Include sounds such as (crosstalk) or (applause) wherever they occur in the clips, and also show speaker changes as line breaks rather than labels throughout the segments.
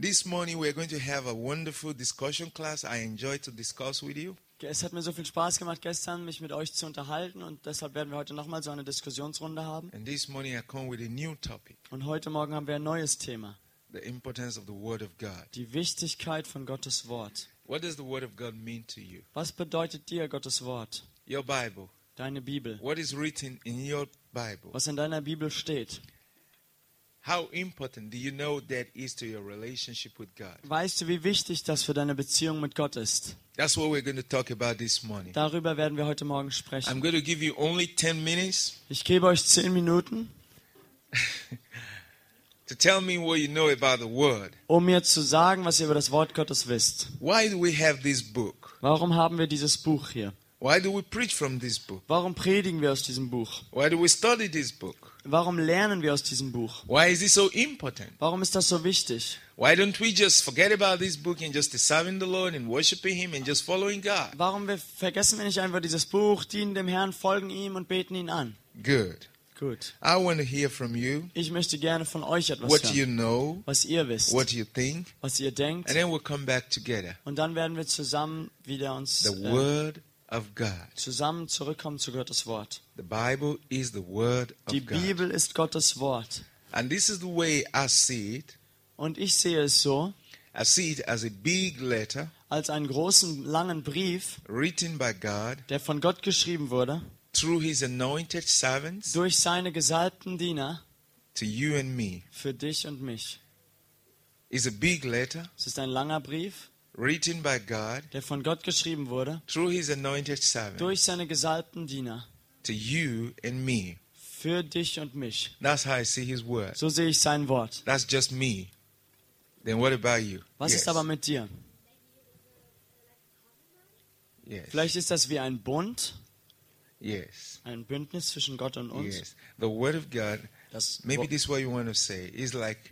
This morning we are going to have a wonderful discussion class. I enjoy to discuss with you.
Es hat mir so viel Spaß gemacht gestern, mich mit euch zu unterhalten und deshalb werden wir heute nochmal so eine Diskussionsrunde haben.
And this morning I come with a new topic
Und heute Morgen haben wir ein neues Thema,
the importance of the Word of God.
die Wichtigkeit von Gottes Wort.
What does the Word of God mean to you?
Was bedeutet dir Gottes Wort,
Your Bible.
deine Bibel,
What is written in your Bible?
was in deiner Bibel steht?
How important do you know that is to your relationship with God?
Weißt du, wie wichtig das für deine Beziehung mit Gott ist?
That's what we're going to talk about this morning.
Darüber werden wir heute Morgen
I'm
sprechen.
going to give you only 10 minutes
Ich gebe euch zehn Minuten,
to tell me what you know about the Word.
um mir zu sagen, was ihr über das Wort Gottes wisst.
Why do we have this book?
Warum haben wir dieses Buch hier?
Why do we preach from this book?
Warum predigen wir aus diesem Buch?
Why do we study this book?
Warum lernen wir aus diesem Buch?
Why is it so important?
Warum ist das so wichtig?
Why don't we just forget about this book and just serving the Lord and worshiping Him and just following God?
Warum wir vergessen wir nicht einfach dieses Buch, dienen dem Herrn, folgen ihm und beten ihn an?
Good.
Gut.
I want to hear from you
Ich möchte gerne von euch etwas
what
hören,
you know,
was ihr wisst,
what you think,
was ihr denkt.
and then we'll come back together.
Und dann werden wir zusammen wieder uns
The
äh,
Word of God.
zusammen zurückkommen zu Gottes Wort.
The Bible is the Word
Die
of God.
Bibel ist Gottes Wort.
And this is the way I see it.
Und ich sehe es so,
I see it as a big letter
als einen großen, langen Brief,
written by God
der von Gott geschrieben wurde,
through His anointed servants
durch seine gesalbten Diener
to you and me.
für dich und mich.
It's a big letter
Es ist ein langer Brief,
written by God
der von Gott geschrieben wurde,
through His anointed servants
durch seine gesalbten Diener
to you and me.
für dich und mich.
That's how I see His Word.
So sehe ich sein Wort.
That's just me. Then what about you?
Was ist aber mit dir?
yes.
Vielleicht ist das wie ein Bund,
Yes.
ein Bündnis zwischen Gott und uns.
Yes. The Word of God,
Das,
maybe
Wo-
this is what you want to say, is like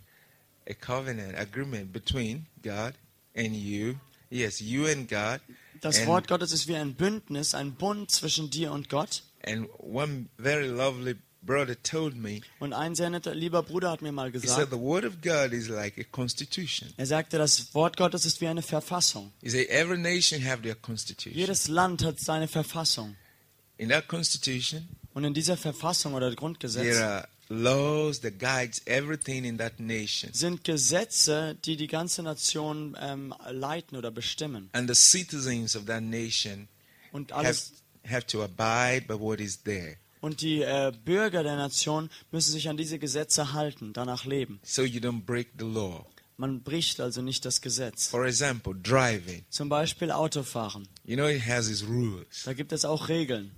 a covenant agreement between God and you. Yes, you and God.
das
and-
Wort Gottes ist wie ein Bündnis, ein Bund zwischen dir und Gott.
And one very lovely brother told me,
Und ein sehr netter, lieber Bruder hat mir mal
he said,
gesagt,
the word of God is like a constitution.
er sagte, das Wort Gottes ist wie eine Verfassung.
He said, every nation have their constitution.
Jedes Land hat seine Verfassung.
In that constitution,
Und in dieser Verfassung oder
there
Grundgesetz
are laws that guides everything in that nation.
sind Gesetze, die die ganze Nation ähm, leiten oder bestimmen.
And the citizens of that nation
Und,
have,
alles,
have to abide by what is there.
und die äh, Bürger der Nation müssen sich an diese Gesetze halten, danach leben.
So you don't break the law.
Man bricht also nicht das Gesetz.
For example, driving.
Zum Beispiel Autofahren.
You know, it has its rules.
Da gibt es auch Regeln.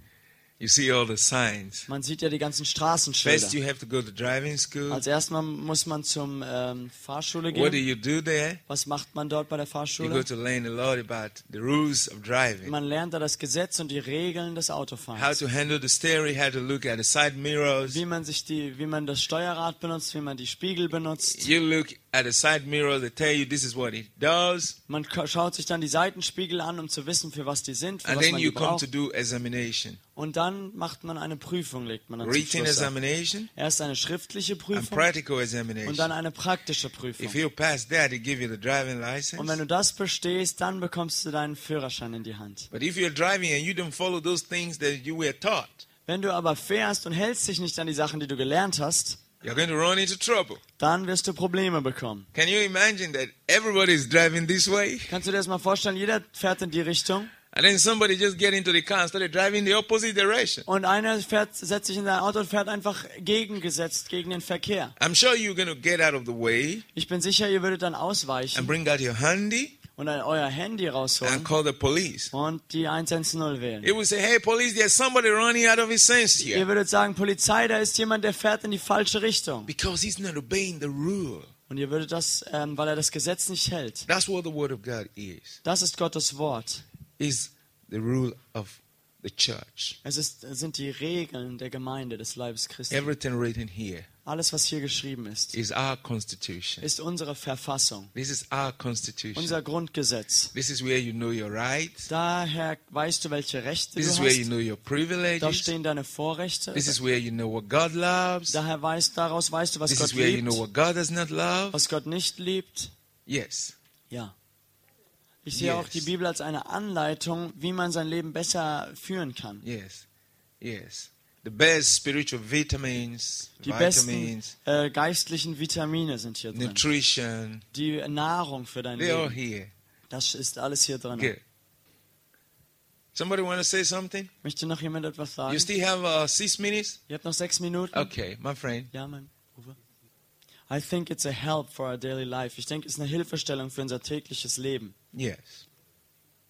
You see all the signs.
Man sieht ja die ganzen
First,
Straßenschilder.
you have to go to driving school.
Als erstmal muss man zum ähm, Fahrschule
What do
gehen.
you do there?
Was macht man dort bei der
You go
Fahrschule?
to learn a lot about the rules of driving.
Man lernt da das Gesetz und die Regeln des
How
Autofahrens.
to handle the steering, how to look at the side mirrors.
Wie man sich die, wie man das Steuerrad benutzt, wie man die Spiegel benutzt.
You look at the side mirror, they tell you this is what it does,
Man ka- schaut sich dann die Seitenspiegel an, um zu wissen, für was die sind, für
and
was
then
man die
you come
braucht.
to do examination.
Und dann macht man eine Prüfung, legt man dann zum
Written
Schluss ab.
examination
Erst eine schriftliche
and
Prüfung
practical
und dann
examination.
eine praktische Prüfung.
If you pass that, they give you the driving
Und wenn
license.
du das bestehst, dann bekommst du deinen Führerschein in die Hand.
But if you're driving and you don't follow those things that you were taught,
Wenn du aber fährst und hältst dich nicht an die Sachen, die du gelernt hast,
you're going to run into trouble.
dann wirst du Probleme bekommen.
Can you imagine that everybody is driving this way?
Kannst du dir das mal vorstellen? Jeder fährt in die Richtung
And then somebody just get into the car and started driving the opposite direction.
und einer fährt, setzt sich in sein Auto und fährt einfach gegengesetzt gegen den Verkehr.
I'm sure you're going to get out of the way
Ich bin sicher, ihr würdet dann
and
ausweichen
bring out your handy
und dann euer Handy
and
rausholen
call the police.
und die 110 wählen.
It will say, hey, police, there's somebody running out of his sense here.
Ihr würdet sagen, Polizei, da ist jemand, der fährt in die falsche Richtung.
Because he's not obeying the rule.
Und ihr würdet das, ähm, weil er das Gesetz nicht hält.
That's what the Word of God is.
Das ist Gottes Wort.
Is the rule of the church.
Es ist, es sind die Regeln der Gemeinde, des Leibes Christi.
Everything written here
Alles, was hier geschrieben ist,
is our constitution.
ist unsere Verfassung,
This is our constitution.
unser Grundgesetz.
This is where you know your rights.
Daher weißt du, welche Rechte du
This is where you
hast.
know your
Da
privileges.
stehen deine Vorrechte.
This is where you know what God loves.
Daher weißt, daraus weißt du, was
This
Gott
is where you
liebt,
know what God does not love.
was Gott nicht liebt.
Yes.
Ja. Ich sehe
Yes.
auch die Bibel als eine Anleitung, wie man sein Leben besser führen kann.
Yes. Yes. The best spiritual vitamins,
Die besten
vitamins,
äh, geistlichen Vitamine sind hier drin.
nutrition,
Die Nahrung für dein
they're all
Leben.
here.
Das ist alles hier drin.
Good. Somebody want to say something?
Möchte noch jemand etwas sagen?
You still have uh, six minutes?
Ihr habt noch sechs Minuten.
Okay, my friend.
Ja, mein Uwe. I think it's a help for our daily life. Ich denke, es ist eine Hilfestellung für unser tägliches Leben.
Yes.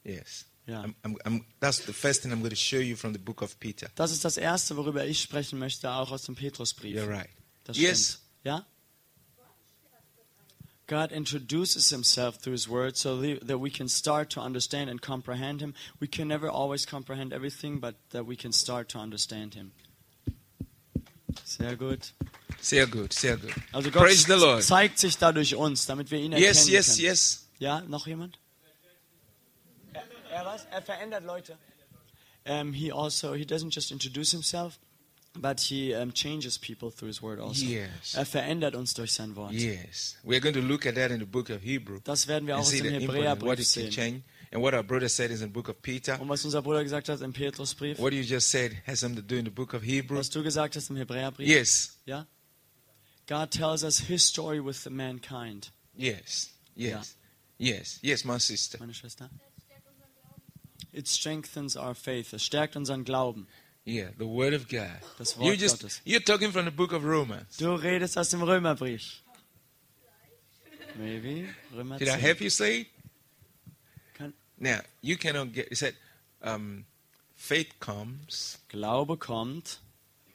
Yes.
Ja.
I'm, I'm, I'm, that's the first thing I'm going to show you from the book of Peter.
Das ist das Erste, worüber ich sprechen möchte, auch aus dem Petrusbrief.
You're right.
Das stimmt.
Yes.
Ja? God introduces himself through his word so the- that we can start to understand and comprehend him. We can never always comprehend everything, but that we can start to understand him. Sehr gut.
Sehr gut, sehr gut.
Also Gott
Praise the Lord.
zeigt sich dadurch uns, damit wir ihn
Yes,
erkennen
yes,
können.
yes.
Ja, noch jemand? Er, er, was? er verändert Leute. Um, he also, he doesn't just introduce himself, but he um, changes people through his word also.
Yes.
Er verändert uns durch sein Wort.
Yes. We're going to look at that in the book of Hebrew
Das werden wir auch
and
aus
see
dem
the impact, what
Hebräerbrief
it can
sehen.
change. And what our brother said is in the book of Peter.
Und was unser Bruder gesagt hat im Petrusbrief,
What you just said has something to do in the book of Hebrew.
was du gesagt hast im Hebräerbrief.
Yes,
Ja? God tells us his story with mankind.
yes, yes, yes, yes, my sister.
Meine Schwester. It strengthens our faith. Es stärkt unseren Glauben.
Yeah, the Word of God.
Das Wort
You just
Gottes.
you're talking from the book of Romans.
Du redest aus dem Römerbrief. Maybe. Römer
Did I
10.
help you say it?
Can-
Now you cannot get. It said, um, faith comes
Glaube kommt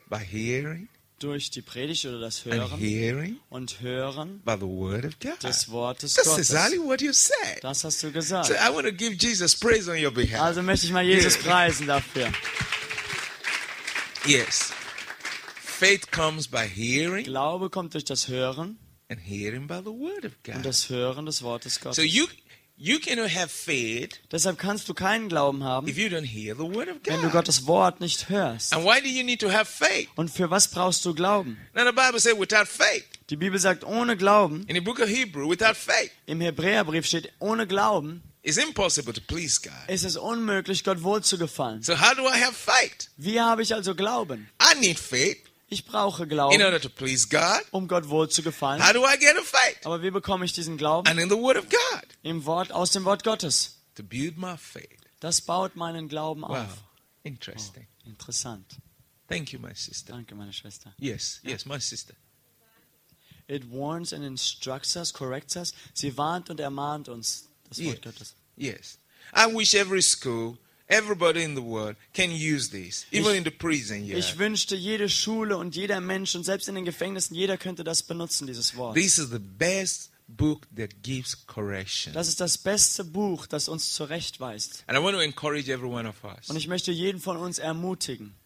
by hearing,
durch die Predigt oder das
and
Hören
hearing
und Hören
by the Word of God.
des Wortes
That's
Gottes.
exactly what you said.
Das hast du
So
gesagt.
I want to give Jesus praise on your behalf.
Also möchte ich mal Jesus
Yeah.
preisen dafür.
Yes, faith comes by hearing,
Glaube kommt durch das Hören
and hearing by the Word of
und
God.
das Hören des Wortes Gottes.
So you you cannot have faith
Deshalb kannst du keinen Glauben haben,
if you don't hear the word of
wenn du
God.
Gottes Wort nicht hörst.
And why do you need to have faith?
Und für was brauchst du Glauben?
Now the Bible says without faith.
Die Bibel sagt, ohne Glauben,
In the book of Hebrew, without faith,
im Hebräerbrief steht, ohne Glauben
it's impossible to please God.
ist es unmöglich, Gott wohlzugefallen.
So how do I have faith?
Wie habe ich also Glauben?
I need faith
Ich brauche
in
Glauben,
order to please God.
um Gott wohlzugefallen.
How do I get a faith?
Aber wie bekomme ich diesen Glauben?
And in the word of God
Im Wort, aus dem Wort Gottes.
to build my faith.
Das baut meinen Glauben
Wow.
auf.
Interesting.
Interessant.
Thank you, my sister.
Danke, meine Schwester.
Yes, yes, my sister.
It warns and instructs us, corrects us. Sie warnt und ermahnt uns. Das Wort
Yes.
Gottes.
Yes. I wish every school, everybody in the world can use this, even
Ich-
in the prison. Yeah.
Ich wünschte, jede Schule und jeder Mensch und selbst in den Gefängnissen, jeder könnte das benutzen, dieses Wort.
This is the best book that gives correction.
Das ist das beste Buch, das uns zurechtweist.
and I want to encourage every one of us.
Und ich möchte jeden von uns ermutigen.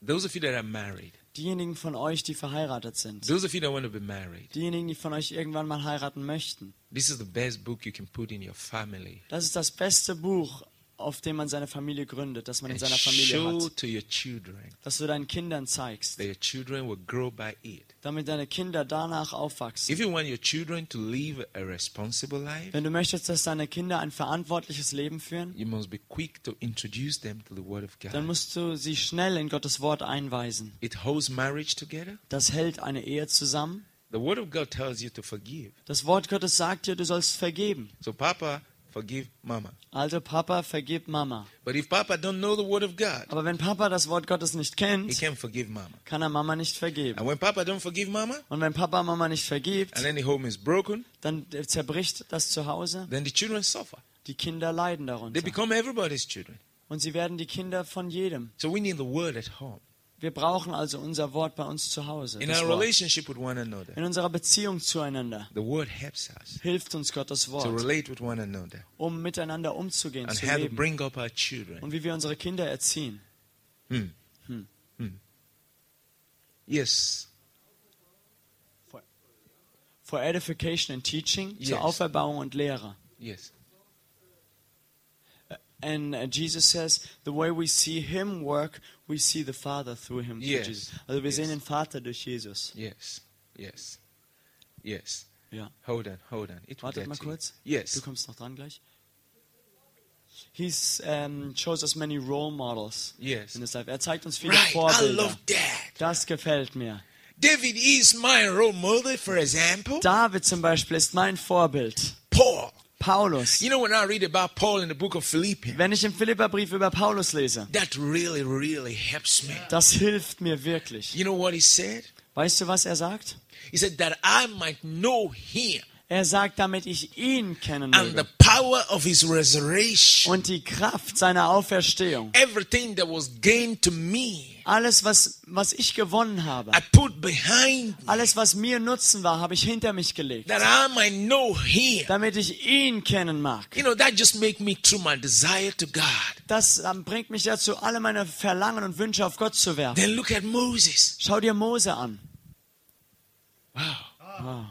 Those of you that are married,
Diejenigen von euch, die verheiratet sind.
those of you that want to be married,
Diejenigen, die von euch irgendwann mal heiraten möchten.
this is the best book you can put in your family
Das ist das beste Buch, auf dem man seine Familie gründet, das man in
and
seiner
show
Familie hat.
to your children
Dass du deinen Kindern zeigst,
that your children will grow by it.
damit deine Kinder danach aufwachsen.
If you want your children to live a responsible life,
Wenn du möchtest, dass deine Kinder ein verantwortliches Leben führen,
you must be quick to introduce them to the Word of
dann
God.
musst du sie schnell in Gottes Wort einweisen.
It holds marriage together.
Das hält eine Ehe zusammen.
The Word of God tells you to forgive.
Das Wort Gottes sagt dir, du sollst vergeben.
So, Papa, forgive Mama.
Also Papa, vergib Mama.
But if Papa don't know the Word of God,
Aber wenn Papa das Wort Gottes nicht
he
kennt,
can forgive Mama.
kann er Mama nicht vergeben.
And when Papa don't forgive Mama,
Und wenn Papa Mama nicht
and
vergibt,
then the home is broken,
dann zerbricht das Zuhause.
then the children suffer.
Die Kinder leiden
They
darunter.
become everybody's children.
Und sie werden die Kinder von jedem.
So we need the word at home
Wir brauchen also unser Wort bei uns zu Hause.
in
das
our
Wort.
relationship with one another.
In unserer Beziehung zueinander
The word helps us
hilft uns Gottes
to
Wort,
relate with one another
um miteinander umzugehen,
and
zu
how to
leben
bring up our children.
und wie wir unsere Kinder erziehen.
Yes,
For edification and teaching,
Yes.
zur Auferbauung und Lehre.
yes,
And uh, Jesus says, the way we see him work, we see the Father through him. through
Yes.
Jesus. Also wir
Yes.
sehen den Vater durch Jesus.
yes, yes, yes.
Ja.
Hold on, hold on. It will
Wartet
get
mal
to you.
kurz. Du
Yes.
kommst noch dran gleich. He's um, shows us many role models
Yes.
in his life. Er zeigt uns viele
Right. I
Vorbilder.
love that.
Das gefällt mir.
David is my role model, for example.
David zum Beispiel ist mein Vorbild.
Paul.
Paulus.
You know, when I read about Paul in the book of Philippians,
Wenn ich im Philipperbrief über Paulus lese,
that really, really helps me.
das hilft mir wirklich.
You know what he said?
Weißt du, was er sagt?
He said that I might know him
Er sagt, damit ich ihn kennen
and the
möge.
power of his resurrection.
Und die Kraft seiner Auferstehung.
Everything that was gained to me,
Alles, was, was ich gewonnen habe.
I put behind me,
Alles, was mir Nutzen war, habe ich hinter mich gelegt.
that I might know him.
Damit ich ihn kennen mag.
You know, that just make me through my desire to God.
Das ähm, bringt mich dazu, alle meine Verlangen und Wünsche auf Gott zu werfen.
Then look at Moses.
Schau dir Mose an.
Wow.
Wow.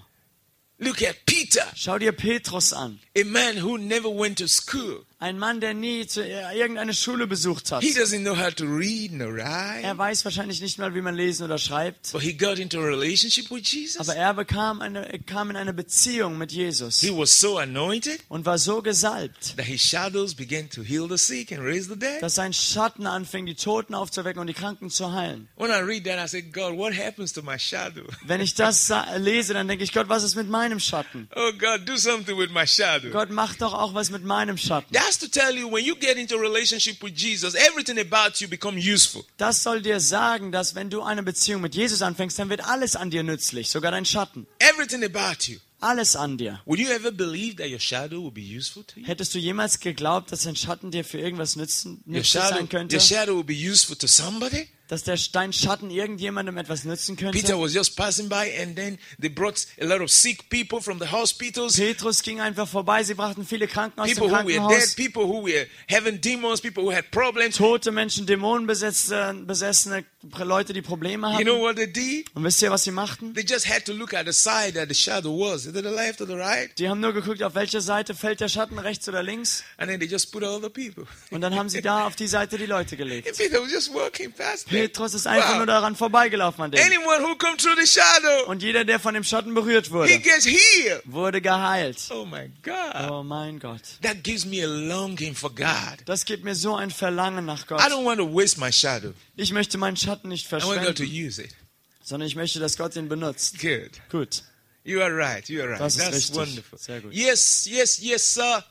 Look at Peter,
Schau dir Petrus an.
a man who never went to school.
Ein Mann, der nie zu ir- irgendeine Schule besucht hat.
He doesn't know how to read nor write.
Er weiß wahrscheinlich nicht mal, wie man lesen oder schreibt.
But he got into a relationship with Jesus.
Aber er bekam eine, er kam in eine Beziehung mit Jesus
He was so anointed
und war so gesalbt,
that his shadows began to heal the sick and raise the dead.
dass sein Schatten anfing, die Toten aufzuwecken und die Kranken zu heilen.
When I read that, I said, God, what happens to my shadow? (laughs)
Wenn ich das sa- lese, dann denke ich, Gott, was ist mit meinem Schatten?
Oh, God, do something with my shadow.
Gott, mach doch auch was mit meinem Schatten.
That's to tell you when you get into a relationship with Jesus, everything about you become useful.
Das soll dir sagen, dass wenn du eine Beziehung mit Jesus anfängst, dann wird alles an dir nützlich, sogar dein Schatten.
Everything about you.
Alles an dir.
Would you ever believe that your shadow will be useful to you?
Hättest du jemals geglaubt, dass dein Schatten dir für irgendwas nützen,
Your
nützlich
shadow,
sein könnte?
your shadow will be useful to somebody.
Dass der, dein Schatten irgendjemandem etwas nützen
Peter
könnte?
was just passing by, and then they brought a lot of sick people from the hospitals,
Petrus ging einfach vorbei, sie brachten viele Kranken aus
people
dem
who were dead,
Krankenhaus.
people who were having demons, people who had problems.
Tote Menschen, Dämonenbesessene, besessene Leute, die Probleme
You
hatten.
know what they did?
Und wisst ihr, was sie machten?
They just had to look at the side that the shadow was, either the left or the right,
Die haben nur geguckt, auf welcher Seite fällt der Schatten, rechts oder links.
and then they just put all the people.
Und dann haben sie da auf die Seite die Leute gelegt.
And (laughs) Peter was just walking past them.
Petrus ist einfach
Wow.
nur daran vorbeigelaufen an dem.
Anyone who come through the shadow,
Und jeder, der von dem Schatten berührt
he
wurde,
gets healed.
wurde geheilt.
Oh my God.
Oh mein Gott.
That gives me a longing for God.
Das gibt mir so ein Verlangen nach
I
Gott.
don't want to waste my shadow.
Ich möchte meinen Schatten nicht
I want God to
verschwenden,
use it.
sondern ich möchte, dass Gott ihn benutzt.
Good.
Gut.
You are right. You are right.
Das ist
That's
richtig.
wonderful.
Sehr gut.
Yes, yes, yes, sir.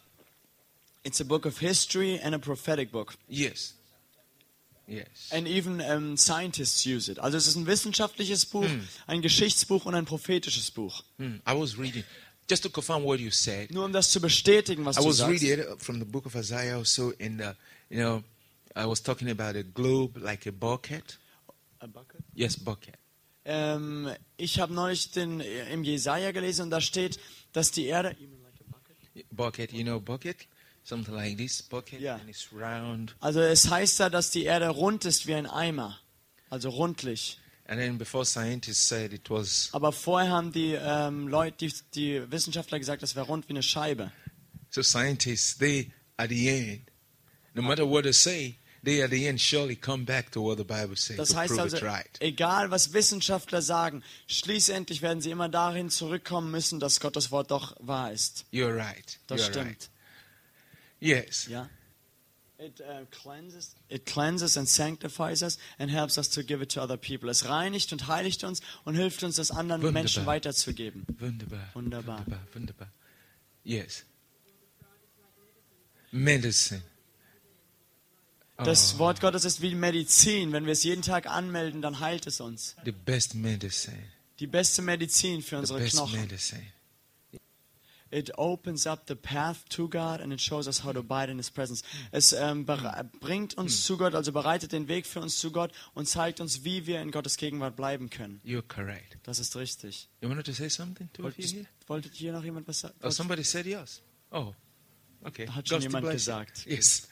It's a book of history and a prophetic book.
Yes. Yes.
And even ähm, scientists use it. Also es ist ein wissenschaftliches Buch, ein Geschichtsbuch und ein prophetisches Buch.
Hmm, I was reading, just to confirm what you said.
Nur um das zu bestätigen, was
I
du
was
sagst.
reading it from the book of Isaiah also, and uh, you know, I was talking about a globe like a bucket. Yes, bucket.
Ähm, ich habe neulich den äh, im Jesaja gelesen und da steht, dass die Erde
Bucket. You know, bucket. Something like this bucket,
Yeah.
and it's round.
also es heißt da, dass die Erde rund ist wie ein Eimer, also rundlich.
And then before scientists said it was
Aber vorher haben die ähm, Leute, die, die Wissenschaftler gesagt, das wäre rund wie eine Scheibe.
so scientists. They at the end, no matter what they say, they at the end surely come back to what the Bible says
Das
to
heißt
prove
also,
it right.
egal was Wissenschaftler sagen, schließlich werden sie immer dahin zurückkommen müssen, dass Gottes Wort doch wahr ist.
You're right.
Das
You're
stimmt.
right. Yes.
Ja. It, uh, cleanses, it cleanses and sanctifies us and helps us to give it to other people. Es reinigt und heiligt uns und hilft uns, das anderen
Wunderbar.
Menschen weiterzugeben.
Wunderbar.
Wunderbar.
Wunderbar. Wunderbar. Yes. Medicine.
Das
Oh,
Wort Gottes ist wie Medizin. Wenn wir es jeden Tag anmelden, dann heilt es uns.
Oh, the best medicine.
Die beste Medizin für
The
unsere
best
Knochen.
medicine.
It opens up the path to God and it shows us how to abide in His presence. Es ähm, bere-
Hm.
bringt uns zu Gott, also bereitet den Weg für uns zu Gott und zeigt uns, wie wir in Gottes Gegenwart bleiben können.
You're correct.
Das ist richtig.
You wanted to say something to
Wollt,
you here?
wolltet hier noch jemand was
Oh,
sagen?
somebody said yes. Oh. Okay.
Hat schon
God's to
jemand
bless you.
gesagt.
Yes.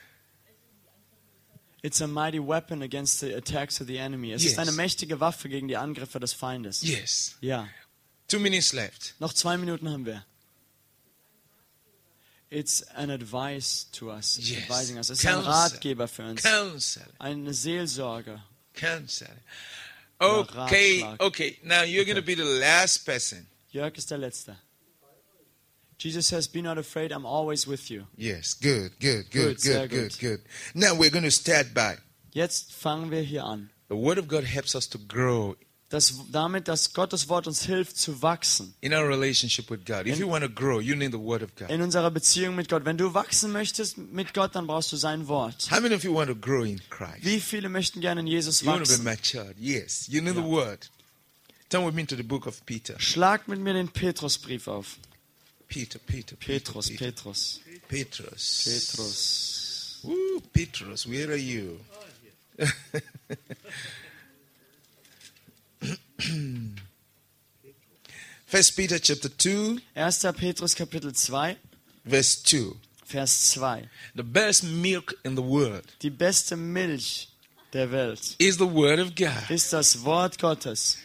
It's a mighty weapon against the attacks of the enemy. Es
Yes.
ist eine mächtige Waffe gegen die Angriffe des Feindes.
Yes.
Ja,
Two minutes left.
noch zwei Minuten haben wir. It's an advice to us,
Yes.
advising us. Es ist ein
Counsel.
Ratgeber für uns,
Counsel.
eine Seelsorge.
Counsel. Okay.
Ratschlag.
Okay. Now you're going to be the last person.
Jörg ist der Letzte. Jesus says, Be not afraid, I'm always with you.
Yes, good, good, good,
Good, sehr
good, good,
gut.
good. Now we're going to start by
Jetzt fangen wir hier an.
the Word of God helps us to grow
Das, damit, dass Gottes Wort uns hilft zu wachsen.
in our relationship with God. If
In-
you want to grow, you need the Word of God.
In unserer Beziehung mit Gott. Wenn du wachsen möchtest mit Gott, dann brauchst du sein Wort.
How many of you want to grow in Christ?
Wie viele möchten gerne in Jesus
You want to be
wachsen?
matured. Yes, you need the
Ja.
Word. Turn with me to the book of Peter.
Schlag mit mir den Petrusbrief auf.
Peter, Peter,
Petrus,
Peter,
Petrus,
Petrus.
Petrus.
Ooh, Petrus, where are you? (laughs) First Peter chapter 2,
1. Petrus Kapitel 2,
verse 2.
Vers 2.
The best milk in the world
Die beste Milch der Welt
is the word of God.
ist das Wort Gottes.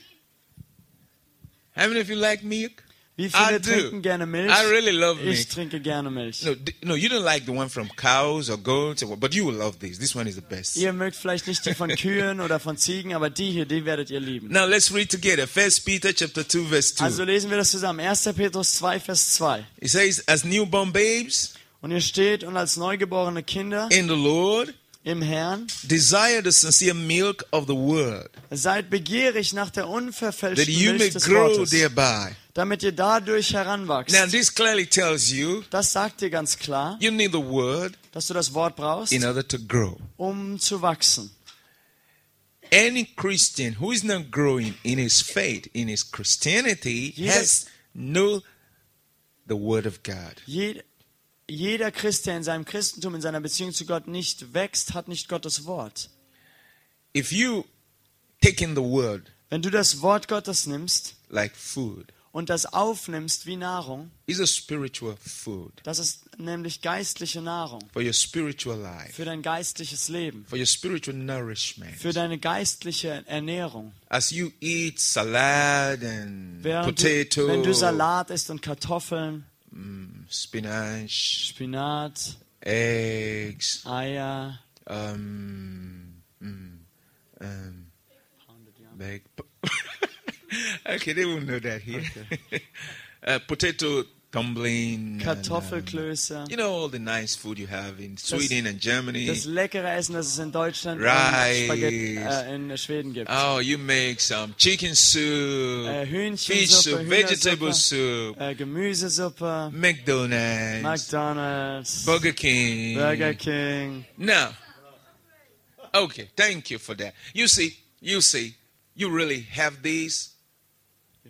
How many of you like milk?
Wie
I
viele
do.
trinken gerne Milch?
I really love
Ich
milk.
trinke gerne Milch.
No, d- no, you don't like the one from cows or goats, or what, but you will love this. This one is the best.
Ihr mögt vielleicht nicht die von Kühen oder von Ziegen, aber die hier, die werdet ihr lieben.
Now let's read together. First Peter chapter 2, verse 2.
Also lesen wir das zusammen. 1. Petrus 2, Vers 2.
it says, As newborn babes
Und ihr steht und als neugeborene Kinder
in the Lord,
im Herrn
desire the sincere milk of the word,
seid begierig nach der
that
unverfälschten
you may
Milch des
grow
Wortes,
thereby.
damit ihr dadurch
Now,
heranwachst.
this clearly tells you
Das sagt dir ganz klar,
you need the word
dass du das Wort brauchst,
in order to grow.
um zu wachsen.
Any Christian who is not growing in his faith, in his Christianity,
Yes.
has no the word of God.
Jed jeder Christ, der in seinem Christentum, in seiner Beziehung zu Gott nicht wächst, hat nicht Gottes Wort.
If you take in the word
Wenn du das Wort Gottes nimmst
like food,
und das aufnimmst wie Nahrung,
it's a spiritual food
das ist nämlich geistliche Nahrung
for your spiritual life,
für dein geistliches Leben,
for your spiritual nourishment.
für deine geistliche Ernährung.
As you eat salad and
Während
potato,
du, wenn du Salat isst und Kartoffeln,
spinach,
Spinat,
eggs,
Eier,
um, mm, um, bag. (laughs) okay, they won't know that here. (laughs) uh, potato tumbling. and, um,
Kartoffelklöße,
you know all the nice food you have in Sweden and
das
Germany.
leckere Essen, das es in Deutschland
Reis.
und Spaghetti, äh, in Schweden gibt.
Oh, you make some chicken
Äh,
soup,
Hühnchensuppe,
fish soup, vegetable
Hühnersuppe.
soup,
Äh, Gemüsesuppe,
McDonald's,
McDonalds,
Burger King.
Burger King.
Now, okay, thank you for that. You see, you see, you really have these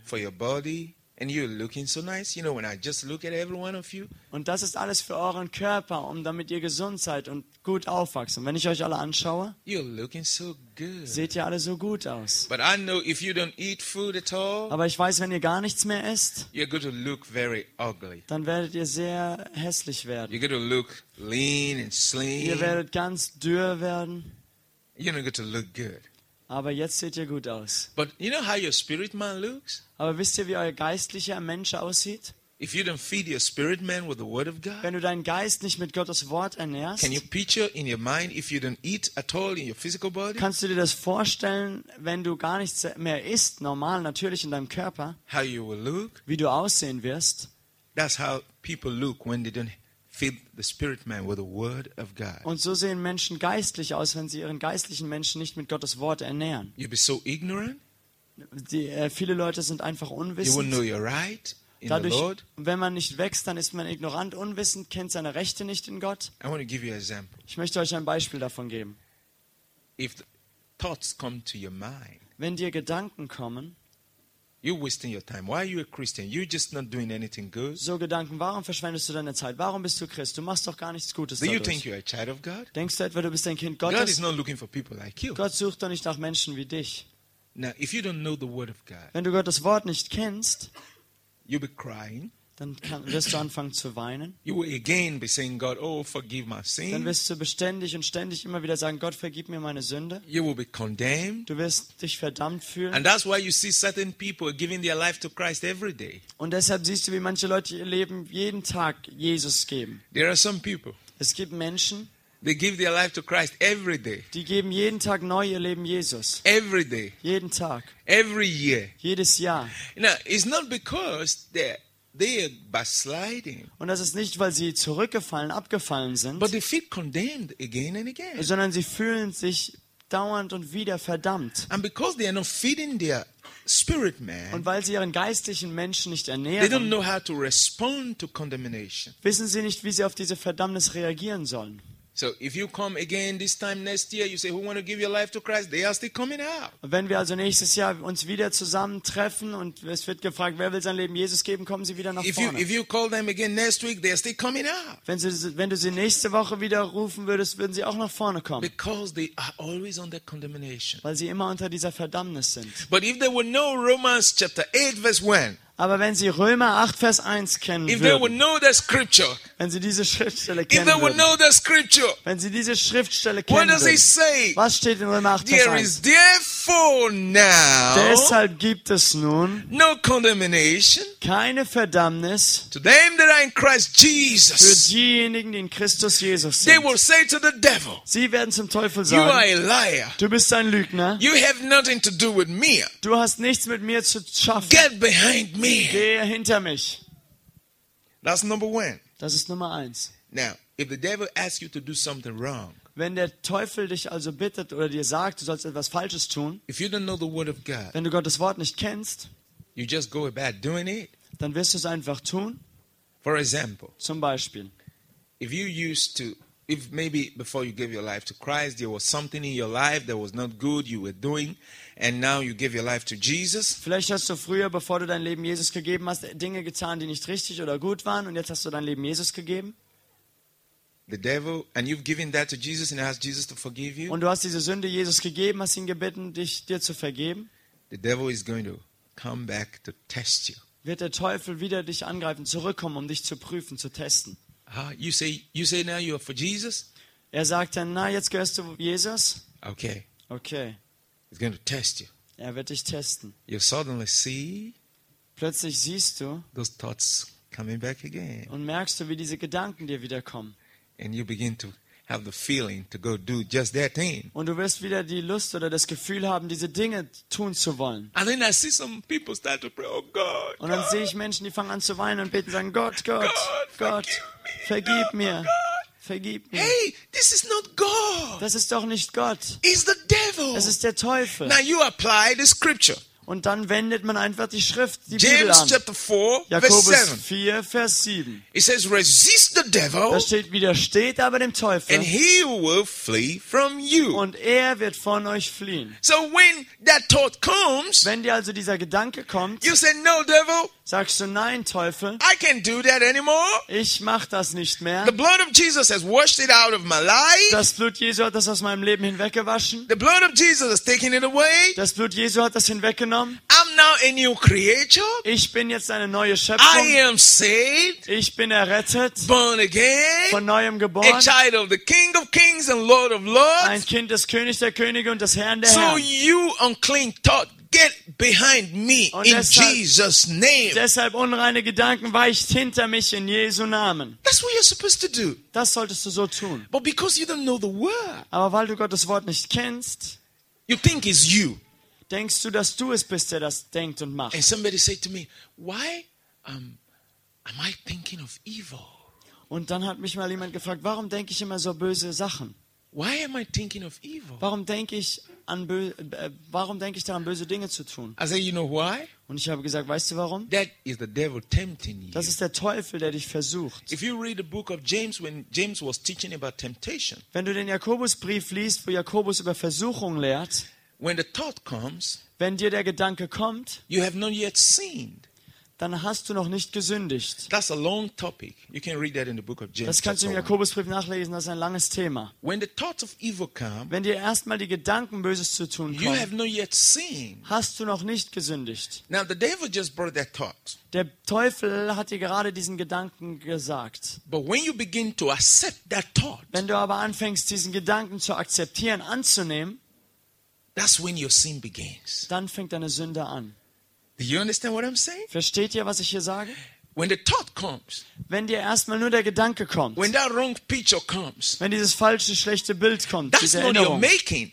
for your body, and you're looking so nice. You know, when I just look at every one of you,
Und das ist alles für euren Körper, um damit ihr gesund seid und gut aufwachst. Und wenn ich euch alle anschaue,
you're looking so good.
seht ihr alle so gut aus.
But I know if you don't eat food at all,
Aber ich weiß, wenn ihr gar nichts mehr esst,
you're going to look very ugly.
dann werdet ihr sehr hässlich werden.
You're going to look lean and
Ihr
slim.
werdet ganz dürr werden,
You're not going to look good.
aber jetzt seht ihr gut aus.
But you know how your spirit man looks?
Aber wisst ihr, wie euer geistlicher Mensch aussieht?
If you don't feed your spirit man with the word of God,
Wenn du deinen Geist nicht mit Gottes Wort ernährst,
Can you picture in your mind if you don't eat at all in your physical body?
kannst du dir das vorstellen, wenn du gar nichts mehr isst, normal, natürlich in deinem Körper,
How you will look?
wie du aussehen wirst?
That's how people look when they don't feed the spirit man with the word of God.
Und so sehen Menschen geistlich aus, wenn sie ihren geistlichen Menschen nicht mit Gottes Wort ernähren.
You'll be so ignorant,
Die, äh, viele Leute sind einfach
you won't know
unwissend.
your right in the
Dadurch,
Lord.
wenn man nicht wächst, dann ist man ignorant, unwissend, kennt seine Rechte nicht in Gott.
I want to give you an example.
Ich möchte euch ein Beispiel davon geben.
If the thoughts come to your mind,
Wenn dir Gedanken kommen,
you're wasting your time. Why are you a Christian? You're just not doing anything good.
so Gedanken, warum verschwendest du deine Zeit? Warum bist du Christ? Du machst doch gar nichts Gutes
Do you think
dadurch.
you're a child of God?
Denkst du etwa, du bist ein Kind
God is
Gottes?
not looking for people like you.
Gott sucht doch nicht nach Menschen wie dich.
Now, if you don't know the word of God,
Wenn du Gottes Wort nicht kennst,
you'll be crying.
dann kann, wirst du anfangen zu weinen.
You will again be saying, God, oh, forgive my
Dann
sin.
wirst du beständig und ständig immer wieder sagen, Gott, vergib mir meine Sünde.
You will be condemned.
Du wirst dich verdammt fühlen.
And that's why you see certain people giving their life to Christ every day.
Und deshalb siehst du, wie manche Leute ihr Leben jeden Tag Jesus geben.
There are some people,
Es gibt Menschen,
they give their life to Christ every day,
die geben jeden Tag neu ihr Leben Jesus.
every day,
Jeden Tag,
every year.
jedes Jahr.
Now, it's not because they're They are backsliding.
Und das ist nicht, weil sie zurückgefallen, abgefallen sind,
But they feel condemned again and again.
sondern sie fühlen sich dauernd und wieder verdammt.
And because they are not feeding their spirit
Und
man,
weil sie ihren geistlichen Menschen nicht
they don't
ernähren,
know how to respond to condemnation.
wissen sie nicht, wie sie auf diese Verdammnis reagieren sollen.
So if you come again this time next year, you say, Who want to give your life to Christ? They are still coming out.
Und wenn wir also nächstes Jahr uns wieder zusammentreffen und es wird gefragt, wer will sein Leben Jesus geben, kommen sie wieder nach
If you
vorne.
if you call them again next week, they are still coming out.
Wenn, sie, wenn du sie nächste Woche wieder rufen würdest, würden sie auch nach vorne kommen,
Because they are always under condemnation.
weil sie immer unter dieser Verdammnis sind.
But if they would know Romans chapter 8, verse 1,
Aber wenn sie Römer 8, Vers 1 kennen
if they would
würden,
know the scripture,
wenn sie diese Schriftstelle
if
kennen
they would
würden,
know the scripture,
wenn sie diese Schriftstelle
what
kennen
does it
würden,
say?
was steht in Römer 8, Vers
There
1?
is therefore now
Deshalb gibt es nun
no condemnation
keine Verdammnis
to them that are in Christ
für
Jesus.
diejenigen, die in Christus Jesus
They
sind.
will say to the devil,
Sie werden zum Teufel
You are
sagen,
a liar.
du bist ein Lügner,
You have nothing to do with me.
du hast nichts mit mir zu schaffen,
Get behind me.
geh hinter mich.
That's number one.
Das ist Nummer 1.
Now, if the devil asks you to do something wrong,
Wenn der Teufel dich also bittet oder dir sagt, du sollst etwas Falsches tun,
if you don't know the word of God,
wenn du Gottes Wort nicht kennst,
you just go about doing it.
dann wirst du es einfach tun.
For example,
Zum Beispiel,
if you used to, if maybe before you gave your life to Christ, there was something in your life that was not good you were doing, and now you give your life to Jesus,
vielleicht hast du früher, bevor du dein Leben Jesus gegeben hast, Dinge getan, die nicht richtig oder gut waren und jetzt hast du dein Leben Jesus gegeben
the devil, and you've given that to Jesus and asked Jesus to forgive you,
und du hast diese Sünde Jesus gegeben, hast ihn gebeten, dich dir zu vergeben,
the devil is going to come back to test you.
wird der Teufel wieder dich angreifen, zurückkommen, um dich zu prüfen, zu testen.
Ah, you say you say now you are for Jesus?
Er sagt dann, na, jetzt gehörst du Jesus?
Okay.
Okay,
He's going to test you.
er wird dich testen.
You suddenly see
Plötzlich siehst du
those thoughts coming back again.
und merkst du, wie diese Gedanken dir wiederkommen.
and you begin to have the feeling to go do just that thing.
Und du wirst wieder die Lust oder das Gefühl haben, diese Dinge tun zu wollen.
And then I see some people start to pray, oh God,
Und dann
God,
sehe ich Menschen, die fangen an zu weinen und beten, sagen, Gott, Gott,
God,
Gott,
forgive me.
vergib
No,
mir,
God.
vergib mir.
hey, this is not God.
Das ist doch nicht Gott,
It's the devil.
das ist der Teufel.
Now you apply the scripture.
Und dann wendet man einfach die Schrift, die Bibel
James
an.
chapter 4, verse
Jakobus
7.
4, Vers 7.
It says, resist the devil
Da steht, widersteht aber dem
and
Teufel
he will flee from you.
und er wird von euch fliehen.
So when that thought comes,
Wenn dir also dieser Gedanke kommt,
you say, no, devil,
sagst du, nein, Teufel,
I can't do that anymore.
ich mach das nicht mehr.
The blood of Jesus has washed it out of my life.
Das Blut Jesu hat das aus meinem Leben hinweggewaschen.
The blood of Jesus is taking it away.
Das Blut Jesu hat das hinweggenommen.
I'm now a new creature.
Ich bin jetzt eine neue
I
Schöpfung.
am saved,
Ich bin errettet,
born again,
von neuem
a
geboren,
child of the King of Kings and Lord of
ein
Lords.
Kind des Königs der Könige und des Herrn der
So
Herren.
you unclean thought, get behind me
Und
in
deshalb-
Jesus' name.
Deshalb unreine Gedanken weicht hinter mich in Jesu Namen.
That's what you're supposed to do.
Das solltest du so tun.
But because you don't know the word,
Aber weil du Gottes Wort nicht kennst,
you think it's you.
denkst du, dass du es bist, der das denkt und
And
macht.
somebody said to me, Why um, am I thinking of evil?
Und dann hat mich mal jemand gefragt, warum denke ich immer so böse Sachen?
Why am I thinking of evil?
Warum denke ich an bö äh, warum denke ich daran böse Dinge zu tun?
I said, You know why?
Und ich habe gesagt, weißt du warum?
That is the devil tempting you.
Das ist der Teufel, der dich versucht.
If you read the book of James, when James was teaching about temptation,
Wenn du den Jakobusbrief liest, wo Jakobus über Versuchung lehrt,
when the thought comes,
wenn dir der Gedanke kommt,
you have not yet sinned.
dann hast du noch nicht gesündigt.
That's a long topic. You can read that in the book of James.
Das kannst du im
chapter one.
Jakobusbrief nachlesen, das ist ein langes Thema.
When the thoughts of evil come,
Wenn dir erstmal die Gedanken, Böses zu tun
you have
kommen,
not yet sinned.
hast du noch nicht gesündigt.
Now, the devil just brought that thought.
Der Teufel hat dir gerade diesen Gedanken gesagt.
But when you begin to accept that thought,
Wenn du aber anfängst, diesen Gedanken zu akzeptieren, anzunehmen,
that's when your sin begins.
dann fängt deine Sünde an.
Do you understand what I'm saying?
Versteht ihr, was ich hier sage?
When the thought comes,
Wenn dir erstmal nur der Gedanke kommt,
when that wrong picture comes,
Wenn dieses falsche, schlechte Bild kommt,
that's
diese
not your
Erinnerung,
making.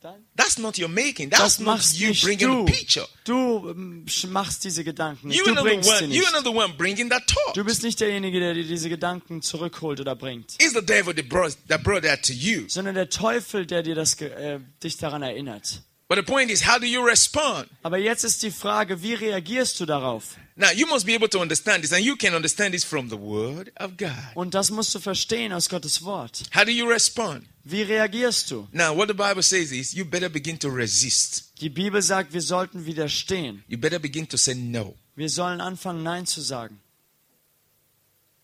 dann.
That's not your making.
Das
That's not
machst
you
nicht
bringing
du.
the picture.
Du ähm, sch- machst diese Gedanken nicht.
You're
Du
not the
bringst sie
one. You're
nicht.
not the one bringing that thought.
Du bist nicht derjenige, der dir diese Gedanken zurückholt oder bringt,
It's the devil that brought that brought that to you.
sondern der Teufel, der dir das, ge- äh, dich daran erinnert.
But the point is, how do you respond?
Aber jetzt ist die Frage, wie reagierst du darauf?
Now you must be able to understand this, and you can understand this from the Word of God.
Und das musst du verstehen aus Gottes Wort.
How do you respond?
Wie reagierst du?
Now, what the Bible says is, you better begin to resist.
Die Bibel sagt, wir sollten widerstehen.
You better begin to say no,
Wir sollen anfangen, Nein zu sagen.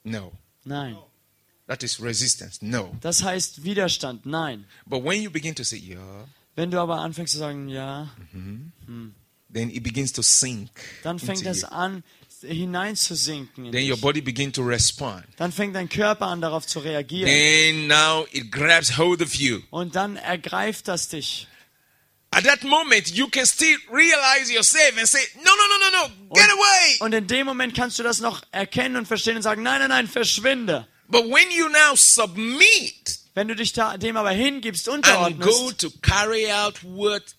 no.
Nein.
That is resistance, no.
Das heißt Widerstand, nein.
But when you begin to say yeah,
Wenn du aber anfängst zu sagen, ja,
then it begins to sink.
dann fängt
into
das
you.
an, hineinzusinken. In
Then your
dich.
body begin to respond.
Dann fängt dein Körper an, darauf zu reagieren.
Then now it grabs hold of you.
Und dann ergreift das dich.
At that moment, you can still realize yourself and say, no, no, no, no, no, get away.
Und in dem Moment kannst du das noch erkennen und verstehen und sagen, nein, nein, nein, verschwinde.
But when you now submit
Wenn du dich da, dem aber hingibst,
and go
unterordnest
to carry out what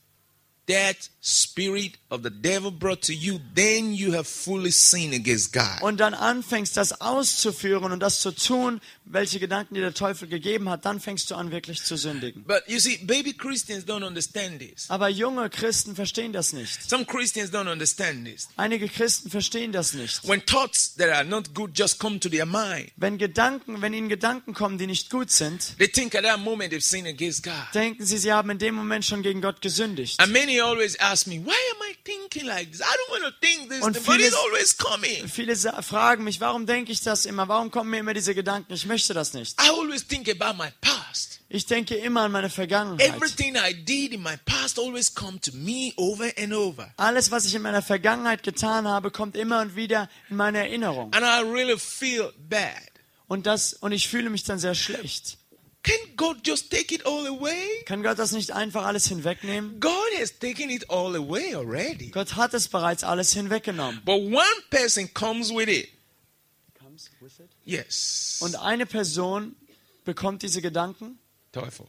that spirit of the devil brought to you, then you have fully sinned against God.
und dann anfängst, das auszuführen und das zu tun, welche Gedanken dir der Teufel gegeben hat, dann fängst du an, wirklich zu sündigen.
But you see, baby Christians don't understand this.
Aber junge Christen verstehen das nicht.
Some Christians don't understand this.
Einige Christen verstehen das nicht.
When thoughts that are not good just come to their mind,
Wenn Gedanken, wenn ihnen Gedanken kommen, die nicht gut sind,
they think at that moment they've sinned against God.
denken sie, sie haben in dem Moment schon gegen Gott gesündigt.
And many always ask me, why am I thinking like this? I don't want to think this,
Und
but it's
vieles-
always coming.
Viele sa- fragen mich, warum denke ich das immer? Warum kommen mir immer diese Gedanken? Ich möchte das nicht.
I always think about my past.
Ich denke immer an meine Vergangenheit.
Everything I did in my past always come to me over and over.
Alles, was ich in meiner Vergangenheit getan habe, kommt immer und wieder in meine Erinnerung.
And I really feel bad.
Und das, und ich fühle mich dann sehr schlecht.
Can God just take it all away?
Kann Gott das nicht einfach alles hinwegnehmen?
God has taken it all away already.
Gott hat es bereits alles hinweggenommen.
But one person comes with it. Yes.
Und eine Person bekommt diese Gedanken
Teufel.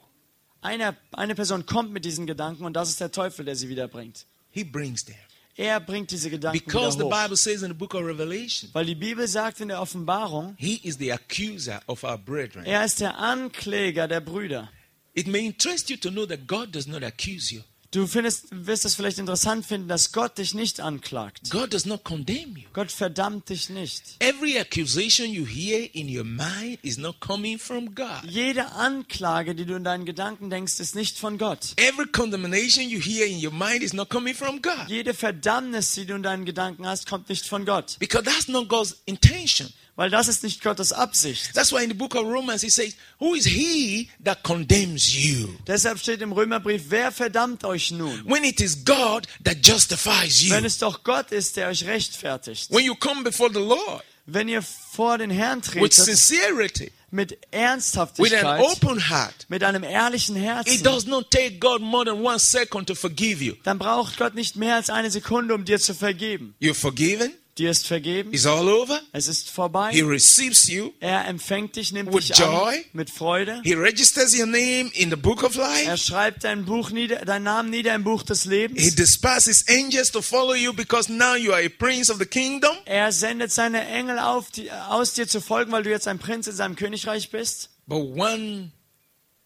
Eine, eine Person kommt mit diesen Gedanken und das ist der Teufel, der sie wiederbringt.
He brings them.
Er bringt diese Gedanken
Because the
wieder hoch.
Bible says in the book of Revelation,
Weil die Bibel sagt in der Offenbarung,
He is the accuser of our brethren.
er ist der Ankläger der Brüder.
It may interest you to know that God does not accuse you.
Du findest, wirst es vielleicht interessant finden, dass Gott dich nicht anklagt.
God does not condemn you.
Gott verdammt dich nicht.
Every accusation you hear in your mind is not coming from God.
Jede Anklage, die du in deinen Gedanken denkst, ist nicht von Gott.
Every condemnation you hear in your mind is not coming from God.
Jede Verdammnis, die du in deinen Gedanken hast, kommt nicht von Gott.
Because that's not God's intention.
Weil das ist nicht Gottes Absicht.
That's why in the book of Romans he says, Who is he that condemns you?
Deshalb steht im Römerbrief, wer verdammt euch nun?
When it is God that justifies
Wenn
you.
es doch Gott ist, der euch rechtfertigt.
When you come before the Lord
Wenn ihr vor den Herrn
with
tretet,
sincerity,
mit
with an
Ernsthaftigkeit,
open heart,
mit einem ehrlichen
it
Herzen,
does not take God more than one second to forgive you.
dann braucht Gott nicht mehr als eine Sekunde, um dir zu vergeben.
You're forgiven,
Dir ist vergeben,
it's all over.
es ist
He
vorbei,
receives you,
er empfängt dich, nimmt
With
dich an,
joy.
mit Freude,
He registers your name in the book of
er
life.
schreibt dein Buch nieder, deinen Namen nieder im Buch des
He
Lebens,
dispatches angels to follow you because now you are a prince of the kingdom.
er sendet seine Engel auf, die, aus dir zu folgen, weil du jetzt ein Prinz in seinem Königreich bist.
But one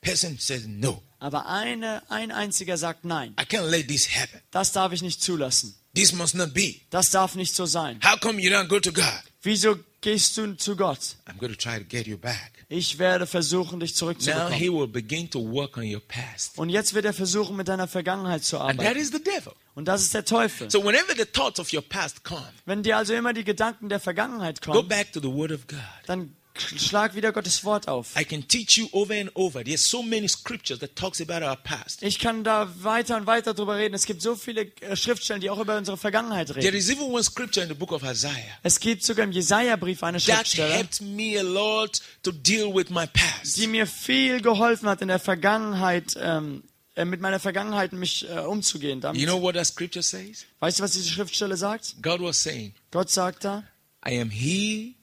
person says, No,
Aber eine, ein einziger sagt nein,
I can't let this happen.
das darf ich nicht zulassen,
This must not be.
das darf nicht so sein.
How come you don't go to God?
Wieso gehst du zu Gott?
I'm going to try to get you back.
Ich werde versuchen, dich
Now
zurückzubekommen.
he will begin to work on your past.
Und jetzt wird er versuchen, mit deiner Vergangenheit zu
And that
arbeiten.
is the devil.
Und das ist der Teufel.
So whenever the thoughts of your past come,
Wenn dir also immer die Gedanken der Vergangenheit
go
kommen,
back to the word of God.
dann schlag wieder Gottes Wort auf.
I can teach you over and over. There's so many scriptures that talks about our past.
Ich kann da weiter und weiter drüber reden. Es gibt so viele äh, Schriftstellen, die auch über unsere Vergangenheit
There
reden.
is even one scripture in the book of Isaiah
Es gibt sogar im Jesaja-Brief eine
that
Schriftstelle,
helped me a lot to deal with my past.
die mir viel geholfen hat in der Vergangenheit, ähm, äh, mit meiner Vergangenheit mich äh, umzugehen. Damit.
You know what that scripture says?
Weißt du, was diese Schriftstelle sagt?
God was saying,
Gott sagt da,
I am he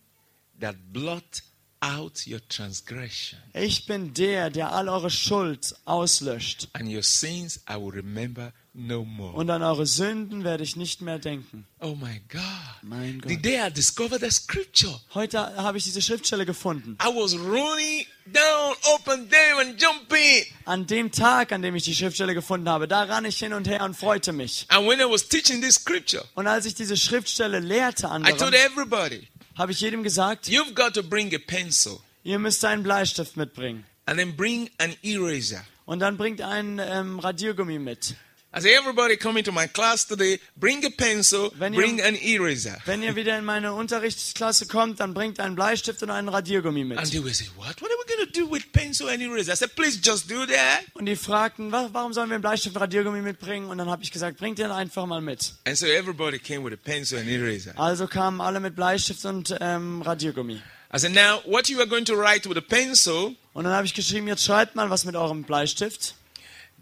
that blot out your transgression
Ich bin der, der all eure Schuld auslöscht.
and your sins I will remember no more.
Und an eure Sünden werde ich nicht mehr denken.
Oh my God.
Mein
The
Gott.
day I discovered the scripture,
Heute habe ich diese Schriftstelle gefunden.
I was running down, open them and jumping.
An dem Tag, an dem ich die Schriftstelle gefunden habe, da ran ich hin und her und freute mich.
And when I was teaching this scripture,
Und als ich diese Schriftstelle lehrte
I told
anderen,
everybody,
habe ich jedem gesagt,
you've got to bring a pencil
ihr müsst einen Bleistift mitbringen.
and then bring an eraser.
Und dann bringt einen ähm, Radiergummi mit.
I say, everybody coming to my class today, bring a pencil,
When you-
bring an eraser.
Wenn ihr wieder in meine Unterrichtsklasse kommt, dann bringt einen Bleistift und einen Radiergummi
And
mit.
they will say, what? What are we going to do with pencil and eraser? I said, please just do that.
Und die fragten, "Wa- warum sollen wir einen Bleistift und Radiergummi mitbringen? Und dann habe ich gesagt, bringt den einfach mal mit.
And so everybody came with a pencil and eraser.
Also kamen alle mit Bleistift und ähm, Radiergummi.
I said, now what you are going to write with a pencil,
Und dann habe ich geschrieben, jetzt schreibt mal was mit eurem Bleistift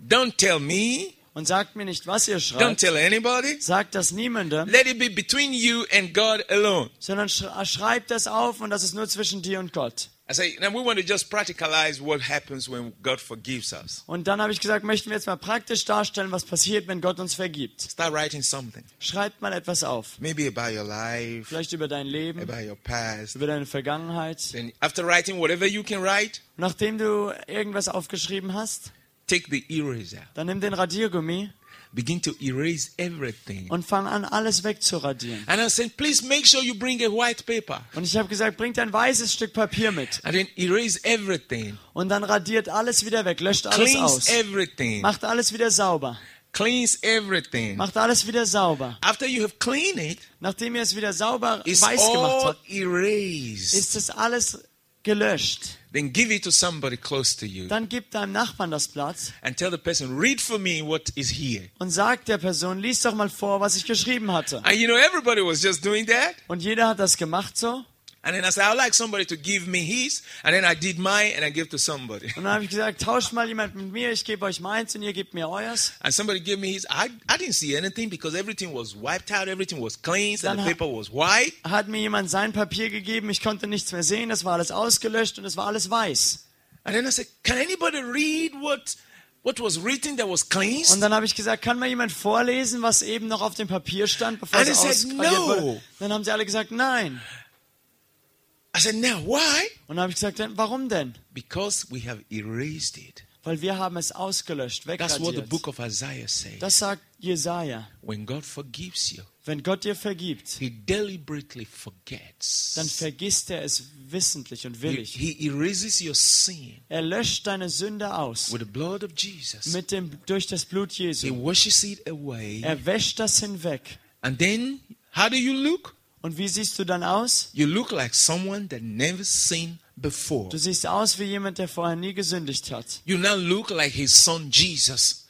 don't tell me,
und sagt mir nicht, was ihr
don't
schreibt.
tell anybody.
Sagt das niemandem,
Let it be between you and God alone.
sondern sch- schreibt das auf und das ist nur zwischen dir und Gott.
I say, now we want to just practicalize what happens when God forgives us.
Und dann habe ich gesagt, möchten wir jetzt mal praktisch darstellen, was passiert, wenn Gott uns vergibt.
Start writing something,
Schreibt mal etwas auf.
maybe about your life,
Vielleicht über dein Leben,
about your past.
über deine Vergangenheit.
Then, after writing whatever you can write,
Nachdem du irgendwas aufgeschrieben hast,
take the eraser,
dann nimm den Radiergummi
begin to erase everything.
und fang an, alles wegzuradieren.
And I said, please make sure you bring a white paper
Und ich habe gesagt, bringt ein weißes Stück Papier mit.
and then erase everything,
Und dann radiert alles wieder weg, löscht alles
cleanse
aus.
everything,
Macht alles wieder sauber.
cleanse everything.
Macht alles wieder sauber.
After you have cleaned it,
Nachdem ihr es wieder sauber
it's
weiß gemacht
all
habt,
erased.
ist es alles gelöscht.
Then give it to somebody close to you.
Dann gib deinem Nachbarn das Blatt
and tell the person, read for me what is here.
und sag der Person, lies doch mal vor, was ich geschrieben hatte.
And you know, everybody was just doing that.
Und jeder hat das gemacht so.
And then I said, I'd like somebody to give me his. And then I did mine and I gave to somebody.
Und dann habe ich gesagt, tauscht mal jemand mit mir, ich gebe euch meins und ihr gebt mir euers.
And somebody gave me his. I, I didn't see anything because everything was wiped out, everything was cleansed, and the
Dann ha-
paper was white.
Hat mir jemand sein Papier gegeben, ich konnte nichts mehr sehen, es war alles ausgelöscht und es war alles weiß.
And then I said, Can anybody read what, what was written that was
Und
cleansed?
dann habe ich gesagt, kann mal jemand vorlesen, was eben noch auf dem Papier stand, bevor
And
es
they said,
ausgradiert
no.
wurde? Dann haben sie alle gesagt, nein.
I said, Now, why?
Und dann habe ich gesagt, dann warum denn?
Because we have erased it.
Weil wir haben es ausgelöscht,
That's what the
wegradiert.
book of Isaiah says.
Das sagt Jesaja.
When God forgives you,
Wenn Gott dir vergibt,
He deliberately forgets.
dann vergisst er es wissentlich und
He,
willig.
he erases your sin
Er löscht deine Sünde aus
with the blood of Jesus.
mit dem, durch das Blut
He
Jesu.
washes it away.
Er wäscht das hinweg.
And then, how do you look?
Und wie siehst du dann aus?
You look like someone that never sinned before.
Du siehst aus wie jemand, der vorher nie gesündigt hat.
You now look like his son Jesus.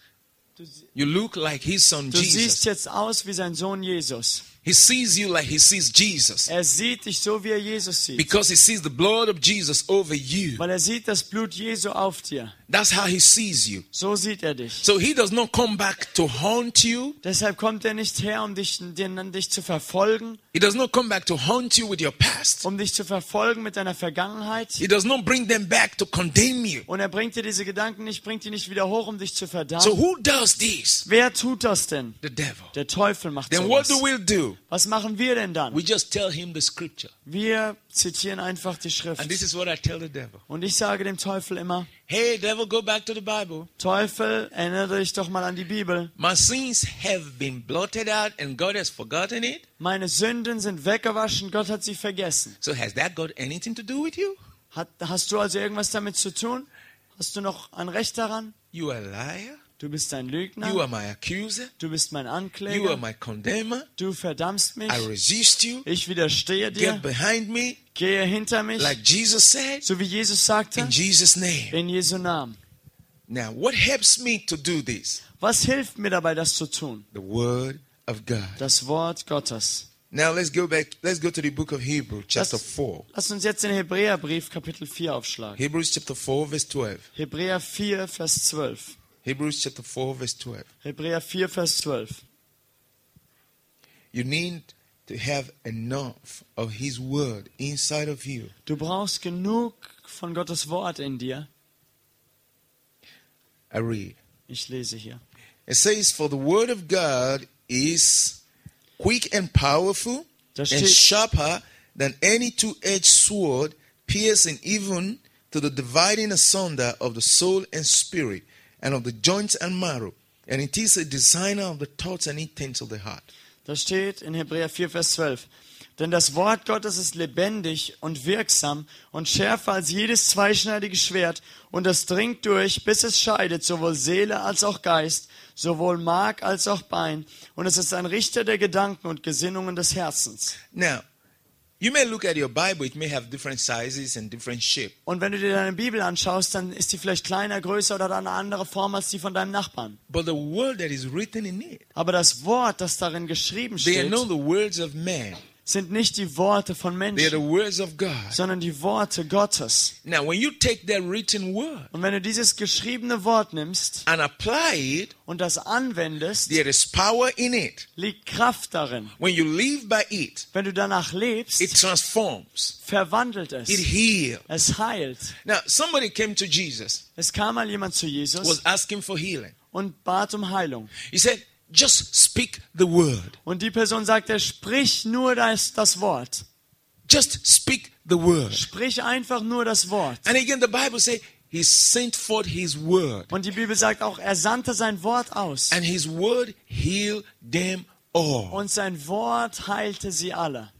Du, sie-
You look like his son
du siehst
Jesus.
jetzt aus wie sein Sohn Jesus.
He sees you like he sees Jesus
Er sieht dich so, wie er Jesus sieht.
because he sees the blood of Jesus over you.
Weil er sieht das Blut Jesu auf dir.
That's how he sees you.
So sieht er dich.
So he does not come back to haunt you.
Deshalb kommt er nicht her, um dich, den, dich zu verfolgen,
He does not come back to haunt you with your past.
um dich zu verfolgen mit deiner Vergangenheit.
He does not bring them back to condemn you.
Und er bringt dir diese Gedanken nicht, bringt die nicht wieder hoch, um dich zu
So
verdammen.
who does this?
Wer tut das denn?
The devil.
Der Teufel macht
Then what
sowas.
do we do?
Was machen wir denn dann?
We just tell him the scripture.
Wir zitieren einfach die
And this
Schrift.
is what I tell the devil.
Und ich sage dem Teufel immer,
Hey, devil, go back to the Bible.
Teufel, erinnere dich doch mal an die Bibel.
My sins have been blotted out and God has forgotten it.
Meine Sünden sind weggewaschen, Gott hat sie vergessen.
So has that got anything to do with you?
Hat, hast du also irgendwas damit zu tun? Hast du noch ein Recht daran?
You are a liar.
Du bist ein
You
Lügner.
are my accuser.
Du bist mein
You are
Ankläger.
my condemner.
Du verdammst mich.
I resist you.
Ich widerstehe
Get
dir.
behind me.
Gehe hinter mich.
Like Jesus said.
So wie Jesus
In
sagte,
Jesus' name.
in Jesu Namen.
Now, what helps me to do this?
Was hilft mir dabei, das zu tun?
The Word of God.
Das Wort Gottes.
Now, let's go back. Let's go to the book of Hebrew, chapter
Let's-
4.
Lass uns jetzt den Hebräerbrief Kapitel 4 aufschlagen.
Hebrews chapter 4, verse 12.
Hebräer 4, Vers 12.
Hebrews chapter 4, verse 12.
Hebräer 4, Vers 12.
You need to have enough of His Word inside of you
Du brauchst genug von Gottes Wort in dir.
I read.
Ich lese hier.
It says, For the word of God is quick and powerful
Da
and
steht,
sharper than any two edged sword, piercing even to the dividing asunder of the soul and spirit, and of the joints and marrow. And it is a designer of the thoughts and intents of the heart.
da steht in Hebräer 4, Vers 12. Denn das Wort Gottes ist lebendig und wirksam und schärfer als jedes zweischneidige Schwert und es dringt durch, bis es scheidet, sowohl Seele als auch Geist, sowohl Mark als auch Bein und es ist ein Richter der Gedanken und Gesinnungen des Herzens.
Now, you may look at your Bible, it may have different sizes and different shape.
Und wenn du dir deine Bibel anschaust, dann ist die vielleicht kleiner, größer oder hat eine andere Form als die von deinem Nachbarn.
But the word that is written in it,
Aber das Wort, das darin geschrieben
they are
steht,
not the words of man,
sind nicht die Worte von
they are the
Menschen,
words of God.
sondern die Worte Gottes.
Now, when you take that written word
Und wenn du dieses geschriebene Wort nimmst
and apply it,
und das anwendest,
there is power in it.
liegt Kraft darin.
When you live by it,
Wenn du danach
it
lebst,
transforms,
verwandelt
it
es.
heals.
Es heilt.
Now, somebody came to Jesus,
Es kam mal jemand zu
was
Jesus
asking for healing.
und bat um Heilung.
He said, Just speak the word.
Und die Person sagte, sprich nur das, das Wort.
Just speak the word.
Sprich einfach nur das Wort.
And again, the Bible says, He sent forth His word,
Und die Bibel sagt auch, er sandte sein Wort aus.
and His word healed them all.
Und sein Wort heilte sie alle.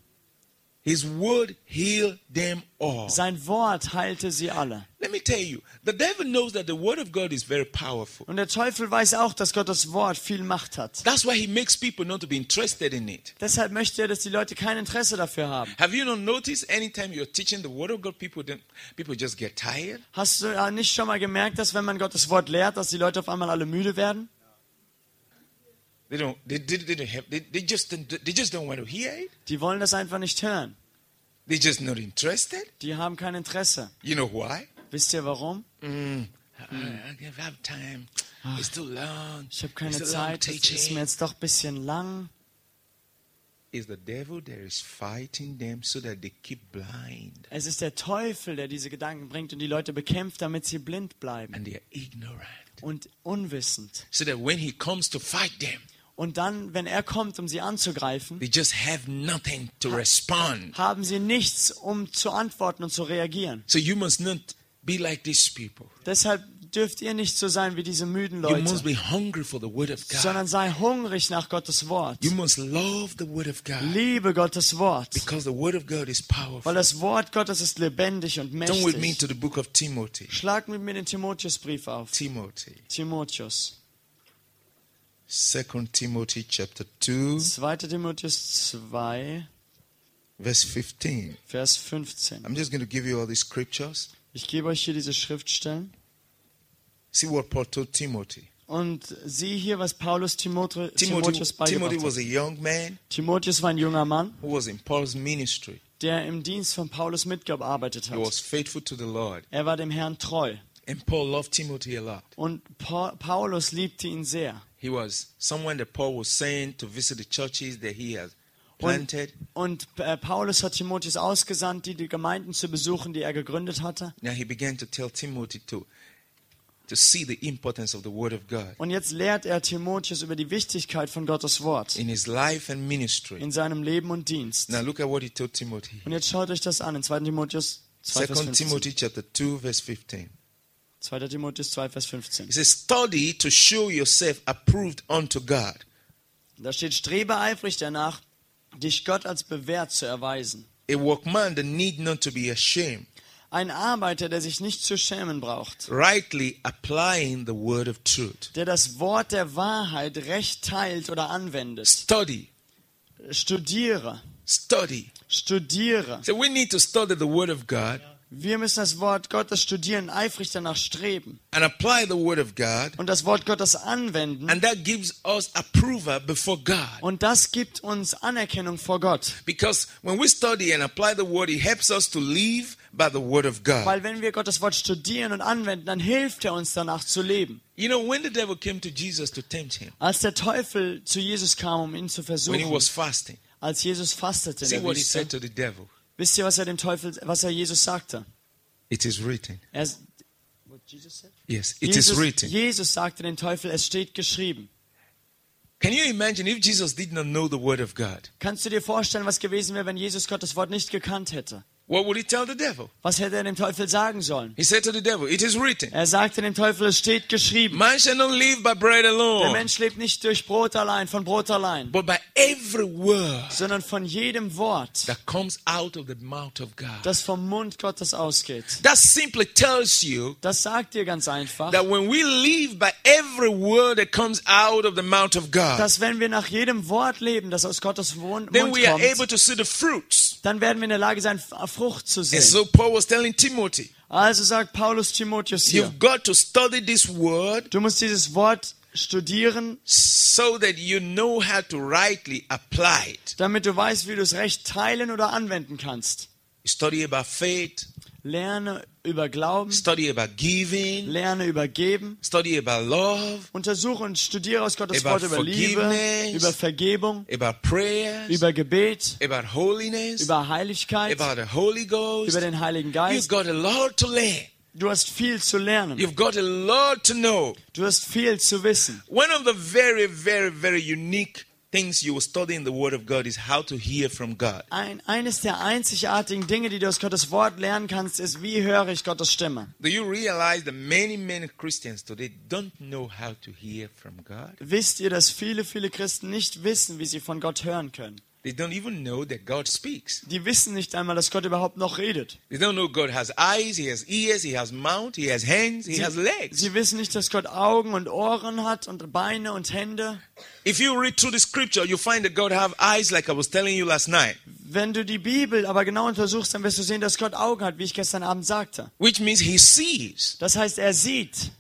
His word healed them all.
Sein Wort heilte sie alle.
Let me tell you, the devil knows that the word of God is very powerful.
Und der Teufel weiß auch, dass Gottes Wort viel Macht hat.
That's why he makes people not to be interested in it.
Deshalb möchte er, dass die Leute kein Interesse dafür haben.
Have you not noticed anytime you're teaching the word of God, people don't, people just get tired?
Hast du äh, nicht schon mal gemerkt, dass wenn man Gottes Wort lehrt, dass die Leute auf einmal alle müde werden?
They don't they, they, they don't have they, they just don't, they just don't want to hear it.
Die wollen das einfach nicht hören.
They're just not interested.
Die haben kein Interesse.
You know why?
Wisst ihr warum?
Mm. Ah. I, I don't have time. It's too long.
Ich habe
it's
keine
a long
Zeit. Es ist mir
teaching.
jetzt doch ein bisschen lang.
It's the devil that is fighting them so that they keep blind
Es ist der Teufel, der diese Gedanken bringt und die Leute bekämpft, damit sie blind bleiben
and they are ignorant.
und unwissend.
So that when he comes to fight them,
Und dann, wenn er kommt, um sie anzugreifen,
they just have nothing to respond.
haben sie nichts, um zu antworten und zu reagieren.
So you must not be like these people.
Deshalb dürft ihr nicht so sein wie diese müden
You must
Leute,
be hungry for the word of God.
sondern sei hungrig nach Gottes Wort.
You must love the word of God
Liebe Gottes Wort,
because the word of God is
weil
powerful.
das Wort Gottes ist lebendig und
Turn with me
mächtig.
to the book of Timothy.
Schlag mit mir den Timotheusbrief auf.
Timothy,
Timotheus.
2 Timothy chapter 2,
2. Timotheus 2,
verse 15.
Vers 15.
I'm just going to give you all these scriptures.
Ich gebe euch hier diese Schriftstellen
See what Paul told Timothy.
und sieh hier, was Paulus Timothre-
Timothy,
Timotheus
Timothy
beigebracht
was
hat.
a young man
Timotheus war ein junger Mann.
who was in Paul's ministry.
der im Dienst von Paulus mitgearbeitet
He
hat.
was faithful to the Lord.
Er war dem Herrn treu
And Paul loved Timothy a lot.
und pa Paulus liebte ihn sehr.
He was someone that Paul was saying to visit the churches that he has planted.
Und äh, Paulus hat Timotheus ausgesandt, die, die Gemeinden zu besuchen, die er gegründet hatte.
Now he began to tell Timothy to, to see the importance of the Word of God
Und jetzt lehrt er Timotheus über die Wichtigkeit von Gottes Wort
in his life and ministry.
in seinem Leben und Dienst.
Now look at what he told Timothy.
Und jetzt schaut euch das an in 2. Timotheus 2, Vers
2
15.
Timothy chapter 2, verse 15.
2. Timotheus 2, Vers
He
15.
says, Study to show yourself approved unto God,
Da steht, strebe eifrig danach, dich Gott als bewährt zu erweisen.
a workman that need not to be ashamed,
Ein Arbeiter, der sich nicht zu schämen braucht.
rightly applying the word of truth.
der das Wort der Wahrheit recht teilt oder anwendet.
Study,
Studiere,
study.
studiere.
So we need to study the word of God
Wir müssen das Wort Gottes studieren, eifrig danach streben
and apply the word of God,
und das Wort Gottes anwenden.
and that gives us approval before God.
Und das gibt uns Anerkennung vor Gott.
Because when we study and apply the word, it helps us to live by the word of God.
Weil wenn wir Gottes Wort studieren und anwenden, dann hilft er uns danach zu leben.
You know, when the devil came to Jesus to tempt him,
Als der Teufel zu Jesus kam, um ihn zu
when he
versuchen,
was fasting,
Als Jesus fastete in
See
der
what he
Wüste,
said to the devil.
wisst ihr, was er dem Teufel, was er Jesus sagte?
It is written.
Er, what Jesus said?
Yes, it is
Jesus,
written.
Jesus sagte dem Teufel, es steht geschrieben.
Can you imagine if Jesus did not know the word of God?
Kannst du dir vorstellen, was gewesen wäre, wenn Jesus Gottes Wort nicht gekannt hätte?
What would he tell the devil?
Was hätte er dem Teufel sagen sollen?
He said to the devil, It is written.
Er sagte dem Teufel, es steht geschrieben.
Man shall not live by bread
Der
alone,
Mensch lebt nicht durch Brot allein, von Brot allein,
but by every word
sondern von jedem Wort,
that comes out of the mouth of God.
das vom Mund Gottes ausgeht.
That simply tells you
Das sagt dir ganz einfach,
that when we live by every word that comes out of the mouth of God,
dass wenn wir nach jedem Wort leben, das aus Gottes Wun- Mund
then we are able
kommt,
to see the fruits.
dann werden wir in der Lage sein, F- äh, Frucht zu
And
sehen.
so Paul was telling Timothy,
Also sagt Paulus Timotheus hier,
You've got to study this word
du musst dieses Wort studieren,
so that you know how to rightly apply it.
damit du weißt, wie du es recht teilen oder anwenden kannst.
Study about faith,
Lerne über Glauben,
study about giving,
lerne über Geben,
study about love,
untersuche und studiere aus Gottes
Über
Wort über Liebe,
Forgiveness.
über Vergebung,
about prayers,
über Gebet,
about holiness,
über Heiligkeit,
about the Holy Ghost.
über den Heiligen
You've
Geist.
got a lot to learn.
Du hast viel zu lernen,
You've got a lot to know.
du hast viel zu wissen.
One of the very, very, very unique things you will study in the Word of God is how to hear from God.
Ein, eines der einzigartigen Dinge, die du aus Gottes Wort lernen kannst, ist, wie höre ich Gottes Stimme?
Do you realize that many, many Christians today don't know how to hear from God?
Wisst ihr, dass viele, viele Christen nicht wissen, wie sie von Gott hören können?
They don't even know that God speaks.
Die wissen nicht einmal, dass Gott überhaupt noch redet.
They don't know God has eyes, He has ears, He has mouth, He has hands, He
Sie,
has legs.
sie wissen nicht, dass Gott Augen und Ohren hat und Beine und Hände.
If you read through the scripture, you find that God have eyes like I was telling you last night,
Wenn du die Bibel aber genau untersuchst, dann wirst du sehen, dass Gott Augen hat, wie ich gestern Abend sagte.
which means He sees.
Das heißt, er sieht.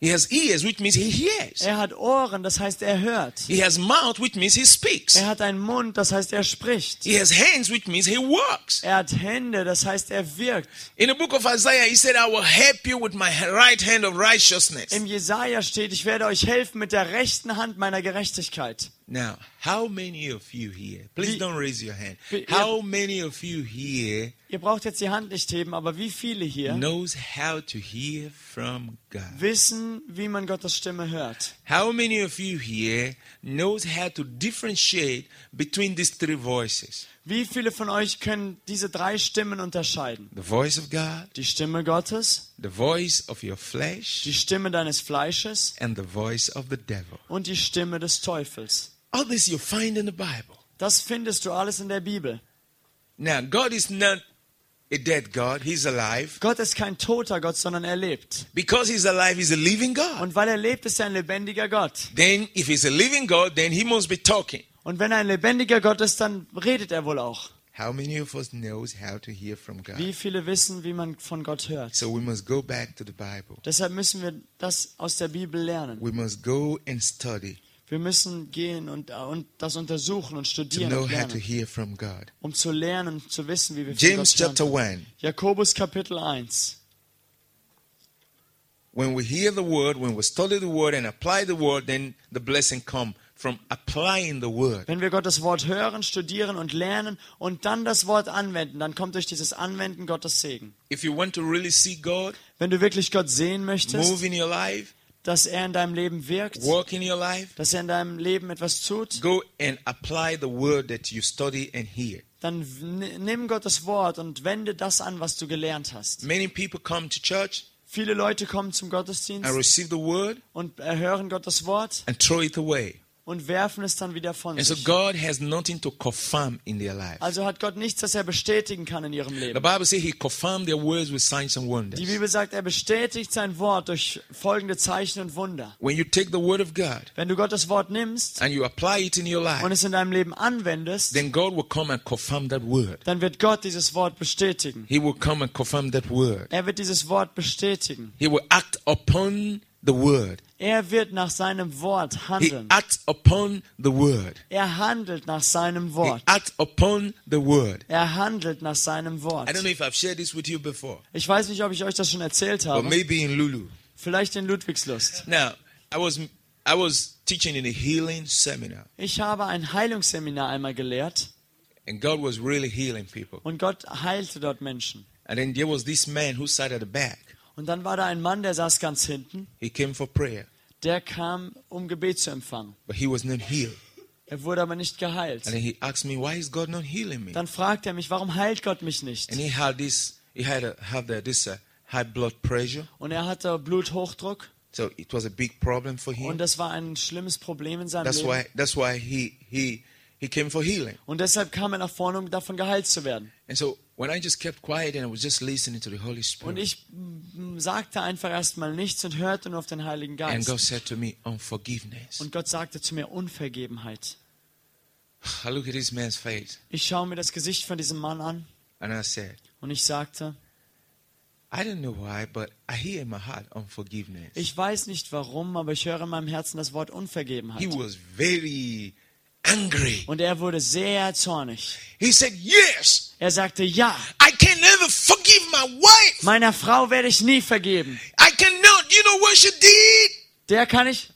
He has ears, which means He hears.
Er hat Ohren, das heißt, er hört.
He has mouth, which means He speaks.
Er hat einen Mund, das heißt, er spricht.
He has hands, which means He works.
Er hat Hände, das heißt, er wirkt.
In the book of Isaiah, he said, I will help you with my right hand of righteousness.
Im Jesaja steht, ich werde euch helfen mit der rechten Hand meiner Gerechtigkeit.
Now, how many of you here, please don't raise your hand.
Be-
How many of you here
Ihr braucht jetzt die Hand nicht heben, aber wie viele hier
knows how to hear from God?
wissen, wie man Gottes Stimme hört?
How many of you here knows how to differentiate between these three voices?
Wie viele von euch können diese drei Stimmen unterscheiden?
The voice of God,
Die Stimme Gottes,
the voice of your
die
flesh,
Stimme deines Fleisches
and the voice of the devil.
und die Stimme des Teufels.
All this you find in the Bible.
Das findest du alles in der Bibel.
Now, God is not a dead God, He's alive.
Gott ist kein toter Gott, sondern er lebt.
Because He's alive, He's a living God.
Und weil er lebt, ist er ein lebendiger Gott.
Then, if he's a living God, then he must be talking.
Und wenn er ein lebendiger Gott ist, dann redet er wohl auch.
How many of us knows how to hear from God?
Wie viele wissen, wie man von Gott hört?
So we must go back to the Bible.
Deshalb müssen wir das aus der Bibel lernen.
We must go and study
Wir müssen gehen und, äh, und das untersuchen und
to
studieren,
know
und
how to
lernen,
hear from God.
um zu lernen und zu wissen, wie wir von
James
Gott hören.
chapter 1.
Jakobus Kapitel 1.
When we hear the word, when we study the word and apply the word, then the blessing come from applying the word.
Wenn wir Gottes Wort hören, studieren und lernen und dann das Wort anwenden, dann kommt durch dieses Anwenden Gottes Segen.
If you want to really see God
Wenn du wirklich Gott sehen möchtest,
move in your life,
dass er in deinem Leben wirkt,
work in your life,
dass er in deinem Leben etwas tut,
go and apply the word that you study and hear.
dann n- nimm Gottes Wort und wende das an, was du gelernt hast.
Many people come to church
Viele Leute kommen zum
and
Gottesdienst
receive the word
und hören Gottes Wort
and throw it away.
und werfen es dann wieder von
And so
sich.
God has nothing to confirm in their life.
Also hat Gott nichts, das er bestätigen kann in ihrem
The
Leben.
Bible says He confirmed their words with signs and
Die
wonders.
Bibel sagt, er bestätigt sein Wort durch folgende Zeichen und Wunder.
When you take the word of God
Wenn du Gottes Wort nimmst
and you apply it in your
und
life,
es in deinem Leben anwendest,
then God will come and confirm that word.
dann wird Gott dieses Wort bestätigen.
He will come and confirm that word.
Er wird dieses Wort bestätigen.
He will act upon the word.
Er wird nach seinem Wort
He
handeln.
acts upon the word.
Er handelt nach seinem
He
Wort.
acts upon the word.
Er handelt nach seinem Wort.
I don't know if I've shared this with you before,
Ich weiß nicht, ob ich euch das schon erzählt
or
habe.
maybe in Lulu.
Vielleicht in Ludwigslust.
Now, I was I was teaching in a healing seminar,
Ich habe ein Heilungsseminar einmal gelehrt
And God was really healing people.
Und Gott heilte dort Menschen.
And then there was this man who sat at the back.
Und dann war da ein Mann, der saß ganz hinten,
He came for prayer,
der kam, um Gebet zu empfangen.
but he was not healed.
Er wurde aber nicht
And
geheilt.
then he asked me, "Why is God not healing me?"
Dann fragte er mich, warum heilt Gott mich nicht?
And he had this, he had a, had a, this uh, high blood pressure,
Und er hatte Bluthochdruck
so it was a big problem for
und
him.
das war ein schlimmes Problem in seinem
That's
Leben.
why that's why he he he came for healing.
Und deshalb kam er nach vorne, um davon geheilt zu werden.
And so when I just kept quiet and I was just listening to the Holy
Und
Spirit,
ich mm, sagte einfach erstmal nichts und hörte nur auf den Heiligen
and
Geist.
God said to me, "Unforgiveness." (sighs)
Und Gott sagte zu mir Unvergebenheit.
I look at this man's face
Ich schaue mir das Gesicht von diesem Mann an
and I said,
und ich sagte,
"I don't know why, but I hear in my heart unforgiveness."
ich weiß nicht warum, aber ich höre in meinem Herzen das Wort
He
Unvergebenheit.
was very angry.
Und er wurde sehr zornig.
He said, "Yes,
Er sagte, ja,
I can never forgive my wife.
meiner Frau werde ich nie vergeben.
I cannot. You know what she did?
Der kann ich...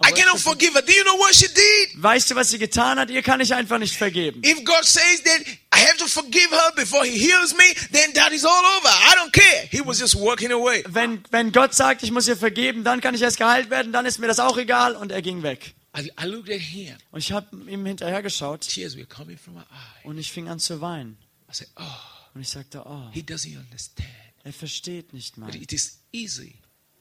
I cannot forgive her. Do you know what she did?
Weißt du, was sie getan hat? Ihr kann ich einfach nicht vergeben.
If God says that I have to forgive her before He heals me, then that is all over. I don't care. He was just walking away.
Wenn, wenn Gott sagt, ich muss ihr vergeben, dann kann ich erst geheilt werden, dann ist mir das auch egal. Und er ging weg.
I, I looked at him.
Und ich habe ihm hinterhergeschaut
Tears were coming from her eye.
und ich fing an zu weinen.
I said, "Oh,
Und ich sagte, oh,
he doesn't understand.
er versteht nicht mal.
But it is easy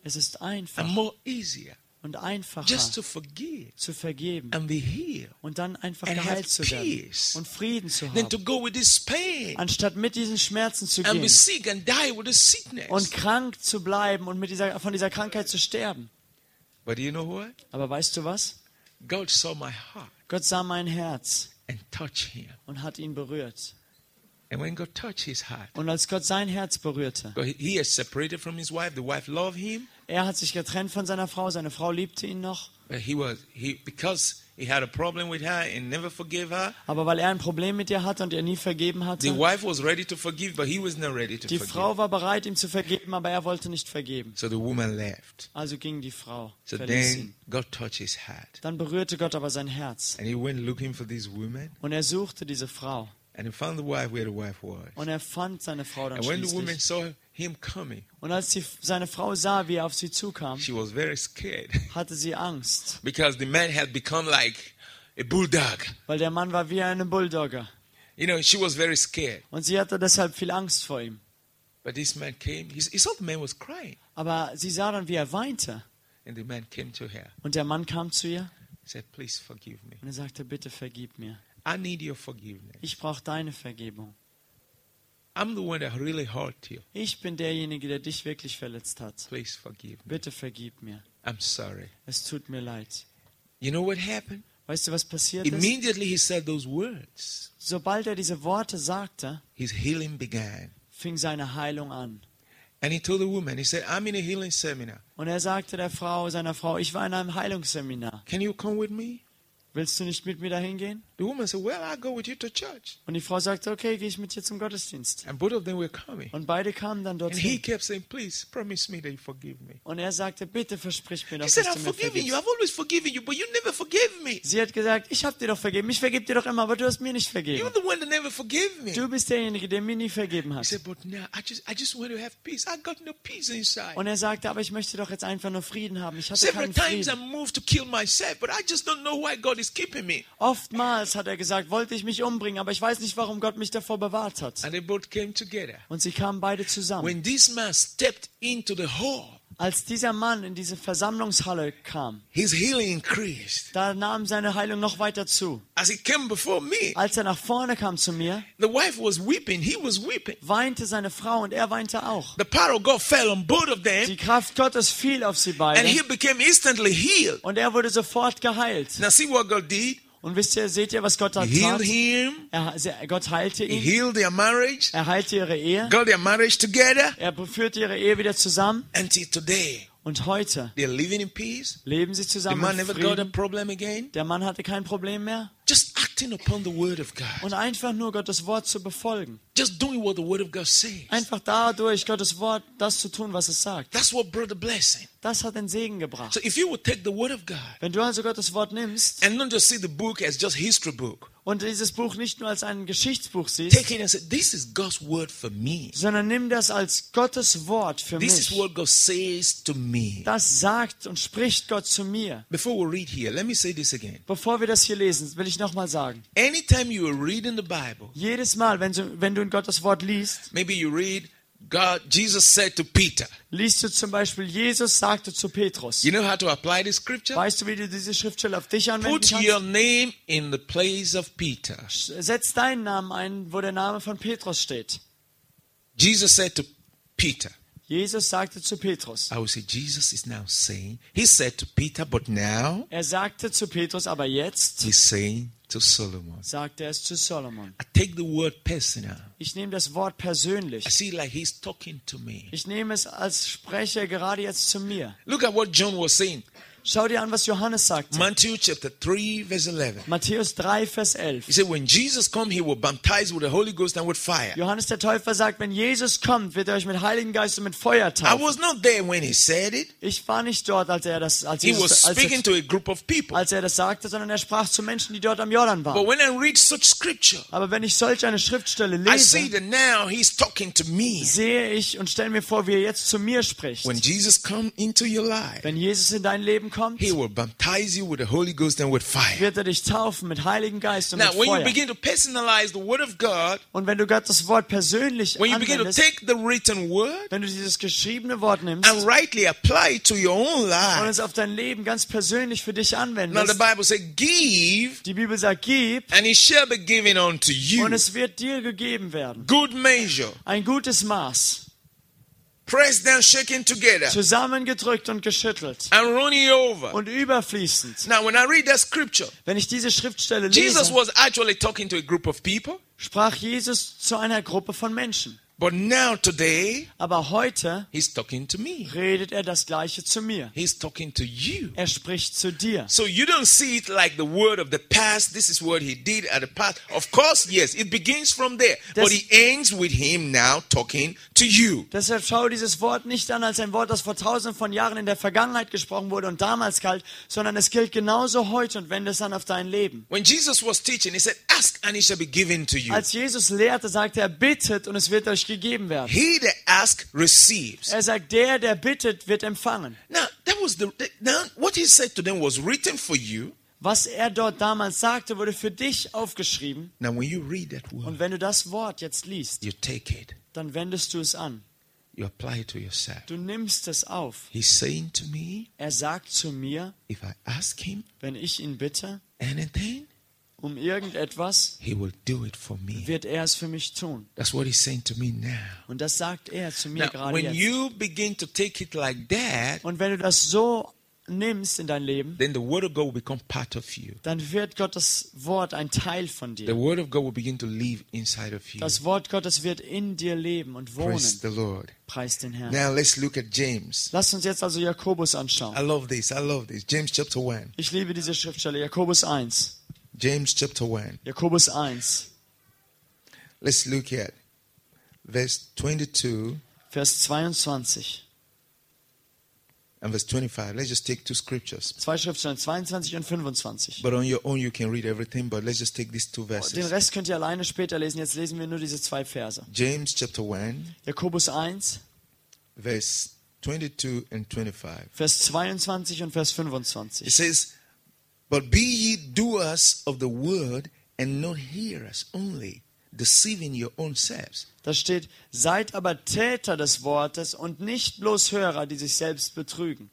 Es ist
and
einfach
more easier
und einfacher
just to forgive
zu vergeben
and be healed."
und dann einfach
and
geheilt
have
zu werden
peace.
und Frieden zu
Than to
haben,
go with this pain
anstatt mit diesen Schmerzen zu
and be
gehen
sick and die with the sickness.
und krank zu bleiben und mit dieser, von dieser Krankheit zu sterben.
But you know what?
Aber weißt du was?
God saw my heart
Gott sah mein Herz
and touched him.
und hat ihn berührt.
And when God touched his heart,
Und als Gott sein Herz berührte,
God- he is separated from his wife. The wife loved him,
er hat sich getrennt von seiner Frau, seine Frau liebte ihn noch,
but he was he because he had a problem with her and never forgave her.
aber weil er ein Problem mit ihr hatte und ihr nie vergeben
The
hatte,
wife was ready to forgive, but he was not ready to
die
forgive.
Frau war bereit, ihm zu vergeben, aber er wollte nicht vergeben.
so the woman left.
Also ging die Frau,
So
verließ
then
ihn.
God touched his heart,
Dann berührte Gott aber sein Herz
and he went looking for this woman,
und er suchte diese Frau
and he found the wife where the wife was.
und er fand seine Frau dann
And when the woman
schließlich.
saw him coming,
Und als die, seine Frau sah, wie er auf sie zukam,
she was very scared (laughs)
hatte sie Angst,
because the man had become like a bulldog.
weil der Mann war wie eine Bulldogger
You know, she was very scared.
und sie hatte deshalb viel Angst vor ihm.
But this man came. He, he saw the man was crying,
Aber sie sah dann, wie er weinte
and the man came to her.
und der Mann kam zu ihr
He said, "Please forgive me.
und er sagte, bitte vergib mir,
I need your forgiveness.
ich brauche deine Vergebung.
I'm the one that really hurt you.
Ich bin derjenige, der dich wirklich verletzt hat.
Please forgive me.
Bitte vergib mir,
I'm sorry."
es tut mir leid.
You know what happened?
Weißt du, was passiert ist?
Immediately he said those words.
Sobald er diese Worte sagte,
His healing began,
fing seine Heilung an.
and he told the woman, "He said, I'm in a healing seminar.
Und er sagte der Frau, seiner Frau, ich war in einem Heilungsseminar.
Can you come with me?"
Willst du nicht mit mir dahin gehen?
The woman said, "Well, I'll go with you to church."
Und die Frau sagte, okay, gehe ich mit dir zum Gottesdienst.
And both of them were coming.
Und beide kamen dann
And he
dorthin.
kept saying, "Please promise me that you forgive me."
Und er sagte, bitte versprich mir doch,
He said,
dass du
"I'm
mir
forgiving you.
vergibst.
I've always forgiven you, but you never forgave me.
Sie hat gesagt, ich habe dir doch vergeben. Ich vergebe dir doch immer, aber du hast mir nicht
You're
vergeben.
the one that never forgave me."
Du bist derjenige, der mir nie vergeben
He
hat.
said, but now I just I just want to have peace. I got no peace inside.
Und er sagte, aber ich möchte doch jetzt einfach nur Frieden haben. Ich hatte
Several
keinen
times I
Frieden.
moved to kill myself, but I just don't know why God is keeping me.
Oftmals hat er gesagt, wollte ich mich umbringen, aber ich weiß nicht, warum Gott mich davor bewahrt hat.
And they both came together.
Und sie kamen beide zusammen.
When this man stepped into the hall,
Als dieser Mann in diese Versammlungshalle kam,
his healing increased.
Da nahm seine Heilung noch weiter zu.
As he came before me,
Als er nach vorne kam zu mir,
the wife was weeping, he was weeping.
weinte seine Frau und er weinte auch.
The power of God fell on both of them,
Die Kraft Gottes fiel auf sie
and he
beide
became instantly healed.
und er wurde sofort geheilt.
Now see what God did?
Und wisst ihr, seht ihr, was Gott da
He healed
tat?
him,
Er, se- Gott heilte
he
ihn,
healed their marriage,
er heilte ihre Ehe,
got their marriage together.
er führte ihre Ehe wieder zusammen
Until today,
und heute
they're living in peace.
leben sie
The
zusammen
man
in
never got a
Frieden.
problem again.
Der Mann hatte kein Problem mehr
Just acting upon the word of God.
Und einfach nur Gottes Wort zu befolgen.
Just doing what the word of God says.
Einfach dadurch Gottes Wort das zu tun, was es sagt.
That's what brought the blessing.
Das hat den Segen gebracht.
So if you would take the word of God
Wenn du also Gottes Wort nimmst
and not just see the book as just history book,
und dieses Buch nicht nur als ein Geschichtsbuch
take
siehst,
it and say, This is God's word for me.
sondern nimm das als Gottes Wort für
This
mich.
is what God says to me.
Das sagt und spricht Gott zu mir.
Before we read here, let me say this again.
Bevor wir das hier lesen, will ich nochmal sagen,
Anytime you are reading the Bible,
jedes Mal, wenn du, wenn du in Gottes Wort liest,
maybe you read God, Jesus said to Peter.
liest du zum Beispiel, Jesus sagte zu Petrus,
You know how to apply this scripture?
weißt du, wie du diese Schriftstelle auf dich anwenden
Put
kannst?
your name in the place of Peter.
Setz deinen Namen ein, wo der Name von Petrus steht.
Jesus said to Peter,
Jesus sagte zu Petrus,
I will say, Jesus is now saying, He said to Peter, but now
er sagte zu Petrus, aber jetzt
He's saying to Solomon.
sagt er es zu Solomon.
I take the word personal.
Ich nehme das Wort
I
persönlich.
see it like He's talking to me.
Ich nehme es als Sprecher gerade jetzt zu mir.
Look at what John was saying.
Schau dir an, was Johannes sagt.
Matthew chapter 3, verse 11.
Matthäus 3, Vers 11.
He said, When Jesus come, He will baptize with the Holy Ghost and with fire.
Johannes der Täufer sagt, wenn Jesus kommt, wird er euch mit Heiligen Geist und mit Feuer
I
taufen.
was not there when He said it.
Ich war nicht dort, als er das, als,
He was
Jesus, als,
speaking
er,
to a group of people.
als er das sagte, sondern er sprach zu Menschen, die dort am Jordan
But
waren.
when I read such scripture,
Aber wenn ich solch eine Schriftstelle
I see
lese,
that now He's talking to me.
sehe ich und stelle mir vor, wie er jetzt zu mir spricht.
When Jesus come into your life,
Wenn Jesus in dein Leben kommt,
He will baptize you with the Holy Ghost and with fire.
wird er dich taufen mit Heiligen Geist und
Now,
mit
when you
Feuer.
begin to personalize the Word of God,
Und wenn du Gottes Wort persönlich
when you begin to
anwendest,
take the written Word
wenn du dieses geschriebene Wort nimmst
and rightly apply it to your own
und
life,
es auf dein Leben ganz persönlich für dich
now the
anwendest,
Bible says, "Give,
die Bibel sagt, gib
and it shall be given unto you."
und es wird dir gegeben werden.
Good measure,
Ein gutes Maß,
pressed down, shaken together,
zusammengedrückt und geschüttelt
and running over.
und überfließend.
Now, when I read that scripture,
Wenn ich diese Schriftstelle
Jesus
lese,
was actually talking to a group of people,
sprach Jesus zu einer Gruppe von Menschen.
but now today
Aber heute
He's talking to me.
redet er das Gleiche zu mir.
He's talking to you.
Er spricht zu dir.
So you don't see it like the word of the past. This is what he did at the past. Of course, yes, it begins from there, but
That's-
it ends with him now talking to you.
Deshalb schau dieses Wort nicht an als ein Wort, das vor tausend von Jahren in der Vergangenheit gesprochen wurde und damals galt, sondern es gilt genauso heute und wende es an auf dein Leben.
When Jesus was teaching, he said, "Ask and it shall be given to you."
Als Jesus lehrte, sagte er, bittet und es wird euch gegeben werden.
He that asks receives.
Er sagt, der, der bittet, wird empfangen.
Now that was the now what he said to them was written for you.
Was er dort damals sagte, wurde für dich aufgeschrieben.
Now when you read that word,
Und wenn du das Wort jetzt liest,
you take it,
dann wendest du es an.
you apply it to yourself.
Du nimmst es auf.
He's saying to me,
Er sagt zu mir,
if I ask him
wenn ich ihn bitte
anything,
um irgendetwas,
he will do it for me.
wird er es für mich tun.
That's what he's saying to me now.
Und das sagt er zu mir
Now,
gerade
when
jetzt.
you begin to take it like that,
Und wenn du das so nimmst in dein Leben,
then the word of God will become part of you.
dann wird Gottes Wort ein Teil von
The
dir.
word of God will begin to live inside of you.
Das Wort Gottes wird in dir leben und
Praise
wohnen.
the Lord.
Preis den Herrn.
Now let's look at James.
Lass uns jetzt also Jakobus
I
anschauen.
love this. I love this. James chapter 1.
Ich liebe diese Schriftstelle. Jakobus 1.
James chapter 1.
Jakobus 1,
Let's look at verse 22
Vers 22.
and verse 25. Let's just take two scriptures.
Zwei Schriftstellen, 22 und 25.
But on your own, you can read everything, but let's just take these two
Den
verses.
Rest könnt ihr alleine später lesen. Jetzt lesen wir nur diese zwei Verse.
James chapter 1,
Jakobus 1,
verse 22 and 25.
Vers 22 und Vers
It
25.
says, But be ye doers of the word and not hearers only, deceiving your own selves.
Da steht, seid aber Täter des Wortes und nicht bloß Hörer, die sich selbst betrügen.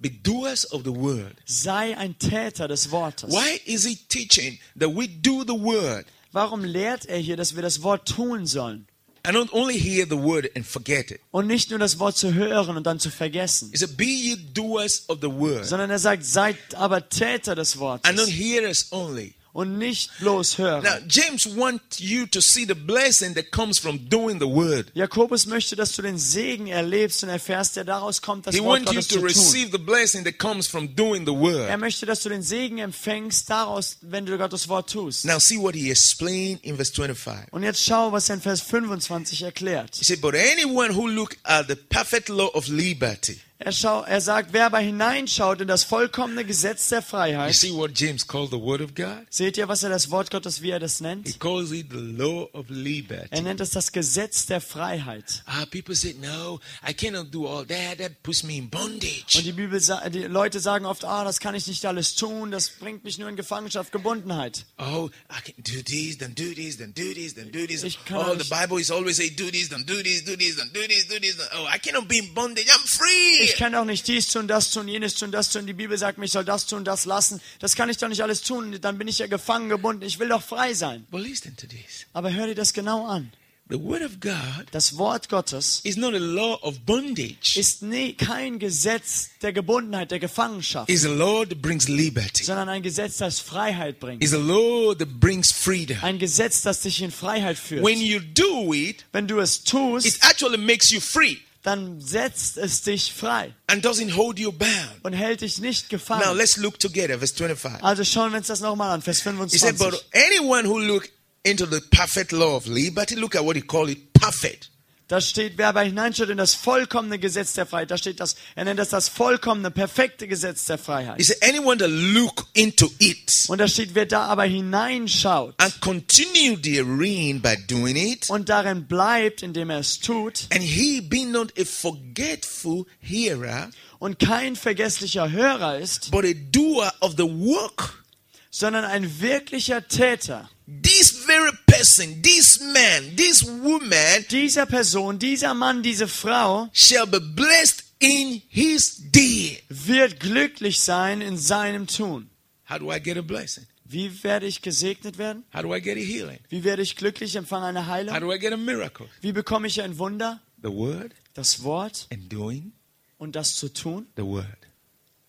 Be doers of the word.
Sei ein Täter des Wortes.
Why is he teaching that we do the word
Warum lehrt er hier, dass wir das Wort tun sollen?
and not only hear the word and forget it?
Und nicht nur das Wort zu hören und dann zu vergessen.
He said, Be ye doers of the word
Sondern er sagt, seid aber Täter des
and not
Wortes
hearers only,
und nicht bloß
Now,
hören.
James wants you to see the blessing that comes from doing the word.
Jakobus möchte, dass du den Segen erlebst und erfährst, der daraus kommt, das
He
Wort
wants you
Gottes
to
zu tun.
receive the blessing that comes from doing the word.
Er möchte, dass du den Segen empfängst daraus, wenn du Gottes Wort tust.
Now, see what he explained in verse 25.
Und jetzt schau, was er in Vers 25 erklärt.
He said, But anyone who look at the perfect law of liberty,
Er, schau, er sagt, wer aber hineinschaut in das vollkommene Gesetz der
you
Freiheit,
see what James called the word of God?
seht ihr, was er das Wort Gottes, wie er das
He
nennt?
calls it the law of
Er
liberty.
nennt es das Gesetz der Freiheit.
Ah, people say, No, I cannot do all that. That puts me in
Und
bondage.
die, Bibel, sa- die Leute sagen oft, ah, das kann ich nicht alles tun, das bringt mich nur in Gefangenschaft, Gebundenheit.
Oh, I can do this, then do this, then do this, then do this.
Ich kann
Oh, the
nicht-
Bible is always say, Do this, then do this, do this, then do this, do this. then- Oh, I cannot be in bondage. I'm free.
Ich kann doch nicht dies tun, das tun, jenes tun, das tun. Die Bibel sagt mir, ich soll das tun, das lassen. Das kann ich doch nicht alles tun, dann bin ich ja gefangen, gebunden. Ich will doch frei sein.
But listen to this
Aber hör dir das genau an.
the word of God
Das Wort Gottes
is not a law of bondage,
ist nie, kein Gesetz der Gebundenheit, der Gefangenschaft,
it's a law that brings liberty.
sondern ein Gesetz, das Freiheit bringt.
is a law that brings freedom.
Ein Gesetz, das dich in Freiheit führt.
When you do it,
Wenn du es
it
tust,
actually makes you free
dann setzt es dich frei
and doesn't hold you bound.
und hält dich nicht
Now
gefangen.
let's look together, verse 25.
Also schauen wir uns das nochmal an, Vers
He said, But
25.
anyone who look into the perfect law of liberty, look at what he called it perfect.
Da steht, wer aber hineinschaut in das vollkommene Gesetz der Freiheit, da steht das, er nennt das das vollkommene, perfekte Gesetz der
He
Freiheit.
said, Anyone that look into it
Und da steht, wer da aber hineinschaut
and continue therein by doing it,
und darin bleibt, indem er es tut,
and he be not a forgetful hearer,
und kein vergesslicher Hörer ist,
but a doer of the work,
sondern ein wirklicher Täter.
this very person, this man, this woman
Dieser Person, dieser Mann, diese Frau
shall be blessed in his deed.
wird glücklich sein in seinem Tun.
How do I get a blessing?
Wie werde ich gesegnet werden?
How do I get a healing?
Wie werde ich glücklich, empfange eine
How
Heilung?
do I get a miracle?
Wie bekomme ich ein Wunder?
The word
Das Wort
and doing
und das zu tun?
the word.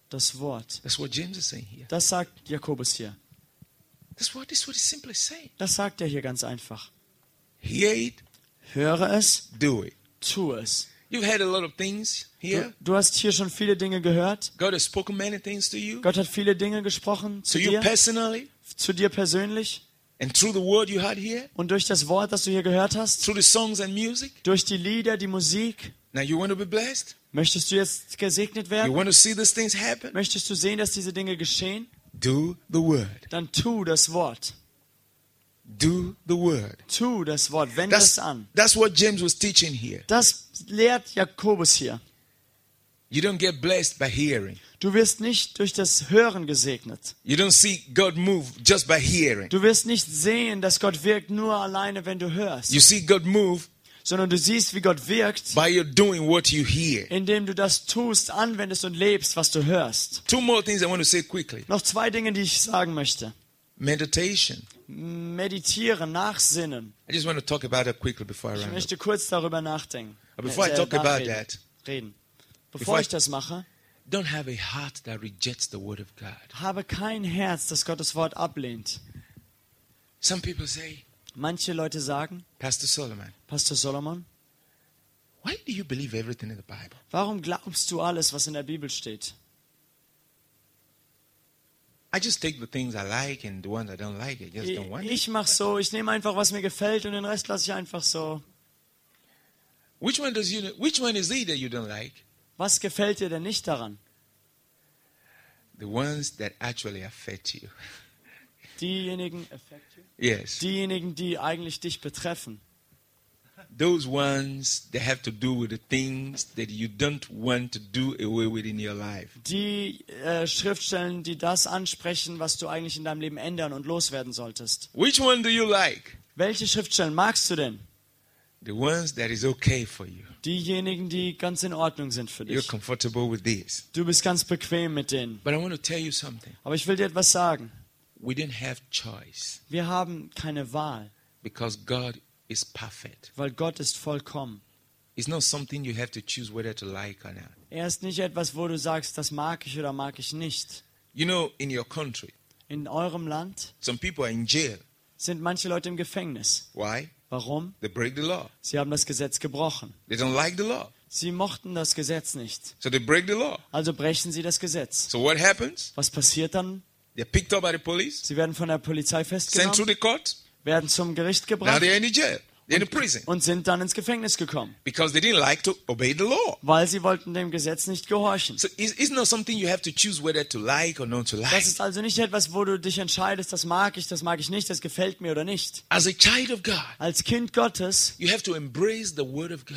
Das Wort.
That's what James is saying here.
Das sagt Jakobus hier.
That's what this what he's simply saying.
Das sagt er hier ganz einfach.
Hear it,
Höre es,
do it.
tu es.
You've had a lot of things here.
Du, du hast hier schon viele Dinge gehört.
God has spoken many things to you.
Gott hat viele Dinge gesprochen zu
To you
dir,
personally,
zu dir persönlich
and through the word you had here,
und durch das Wort, das du hier gehört hast,
through the songs and music.
durch die Lieder, die Musik.
Now you want to be blessed?
Möchtest du jetzt gesegnet
You
werden?
want to see these things happen?
Möchtest du sehen, dass diese Dinge geschehen?
Do the word.
Dann tu das Wort.
Do the word.
Tu das Wort. Wende
That's,
es an.
that's what James was teaching here.
Das lehrt Jakobus hier.
You don't get blessed by hearing.
Du wirst nicht durch das Hören gesegnet.
You don't see God move just by hearing.
Du wirst nicht sehen, dass Gott wirkt nur alleine, wenn du hörst,
You see God move
sondern du siehst, wie Gott wirkt,
by your doing what you hear.
indem du das tust, anwendest und lebst, was du hörst.
Two more things I want to say quickly.
Noch zwei Dinge, die ich sagen möchte.
Meditation.
Meditieren, nachsinnen.
I just want to talk about that quickly before I
Ich
run.
möchte kurz darüber nachdenken.
But before I
Äh,
talk about
nachreden.
that,
Reden.
Before
Bevor
I-
ich das mache,
don't have a heart that rejects the word of God.
habe kein Herz, das Gottes Wort ablehnt.
Some people say,
Manche Leute sagen,
Pastor Solomon,
Pastor Solomon,
why do you believe everything in the Bible?
warum glaubst du alles, was in der Bibel steht?
I just take the things I like and the ones I don't like. I just
Ich,
don't want it.
ich mach so, ich nehme einfach, was mir gefällt und den Rest lasse ich einfach so.
Which one does you? Which one is it that you don't like?
Was gefällt dir denn nicht daran?
The ones that actually affect you.
Diejenigen,
Yes,
diejenigen, die eigentlich dich betreffen.
those ones that have to do with the things that you don't want to do away with in your life.
Die äh, Schriftstellen, die das ansprechen, was du eigentlich in deinem Leben ändern und loswerden solltest.
Which one do you like?
Welche Schriftstellen magst du denn?
The ones that is okay for you.
Diejenigen, die ganz in Ordnung sind für
You're
dich.
comfortable with this.
Du bist ganz bequem mit denen.
But I want to tell you something.
Aber ich will dir etwas sagen.
We didn't have choice
Wir haben keine Wahl,
because God is perfect.
weil Gott ist vollkommen.
It's not something you have to choose whether to like or not.
Er ist nicht etwas, wo du sagst, das mag ich oder mag ich nicht.
You know, in your country,
In eurem Land
Some people are in jail.
sind manche Leute im Gefängnis.
Why?
Warum?
They break the law.
Sie haben das Gesetz gebrochen.
They don't like the law.
Sie mochten das Gesetz nicht.
So they break the law.
Also brechen sie das Gesetz.
So what happens?
Was passiert dann?
They're picked up by the police,
Sie werden von der Polizei
sent to
festgenommen,
the court.
werden zum Gericht
Now
gebracht
they're in the jail. They're in the prison
und sind dann ins Gefängnis gekommen,
because they didn't like to obey the law.
weil sie wollten dem Gesetz nicht gehorchen.
So it's, it's not something you have to choose whether to like or not to like.
Das ist also nicht etwas, wo du dich entscheidest, das mag ich, das mag ich nicht, das gefällt mir oder nicht.
As a child of God,
Als Kind Gottes
you have to embrace the word of God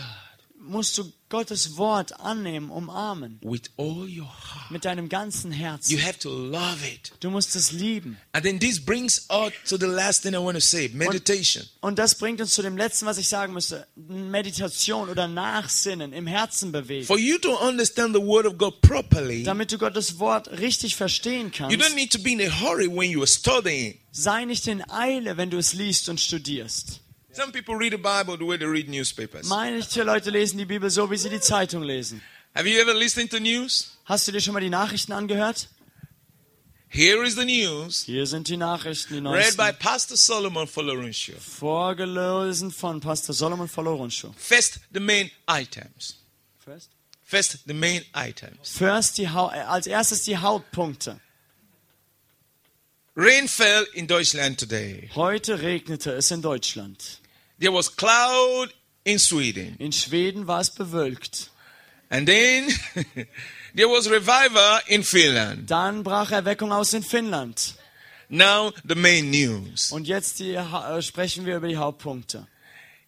musst du Gottes Wort annehmen, umarmen,
with all your heart.
mit deinem ganzen
You
Herzen.
have to love it.
Du musst es lieben.
And then this brings us to the last thing I want to say meditation.
Und das bringt uns zu dem letzten, was ich sagen müsste. Meditation oder Nachsinnen im Herzen bewegen.
For you to understand the word of God properly,
Damit du Gottes Wort richtig verstehen
you don't
kannst,
need to be in a hurry when you are studying.
sei nicht in Eile, wenn du es liest und studierst.
Some people read the Bible the way they read newspapers.
Manche Leute lesen die Bibel so, wie sie die Zeitung lesen.
Have you ever listened to news?
Hast du dir schon mal die Nachrichten angehört?
Here is the news,
Hier sind die Nachrichten, die
read
neuesten.
by Pastor Solomon Folorunsho.
Vorgelesen von Pastor Solomon Falorenschuh.
First, the main items. First, the main items.
First die Hau- äh, als erstes die Hauptpunkte.
Rain fell in Deutschland today.
Heute regnete es in Deutschland.
There was cloud in Sweden.
In Schweden war es bewölkt.
And then (laughs) there was revival in Finland.
Dann brach Erweckung aus in Finnland.
Now, the main news.
Und jetzt die, Ha- äh, sprechen wir über die Hauptpunkte.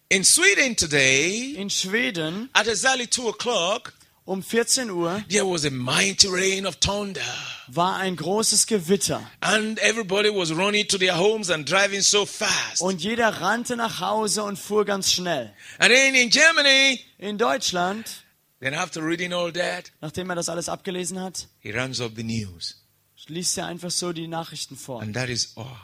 In Sweden today,
In Schweden
at exactly 2 o'clock,
um 14 Uhr
there was a mighty rain of thunder.
war ein großes Gewitter.
And everybody was running to their homes and driving so fast.
Und jeder rannte nach Hause und fuhr ganz schnell.
And then in Germany,
In Deutschland,
then after reading all that,
nachdem er das alles abgelesen hat,
he runs up the news.
liest er einfach so die Nachrichten vor.
And that is all.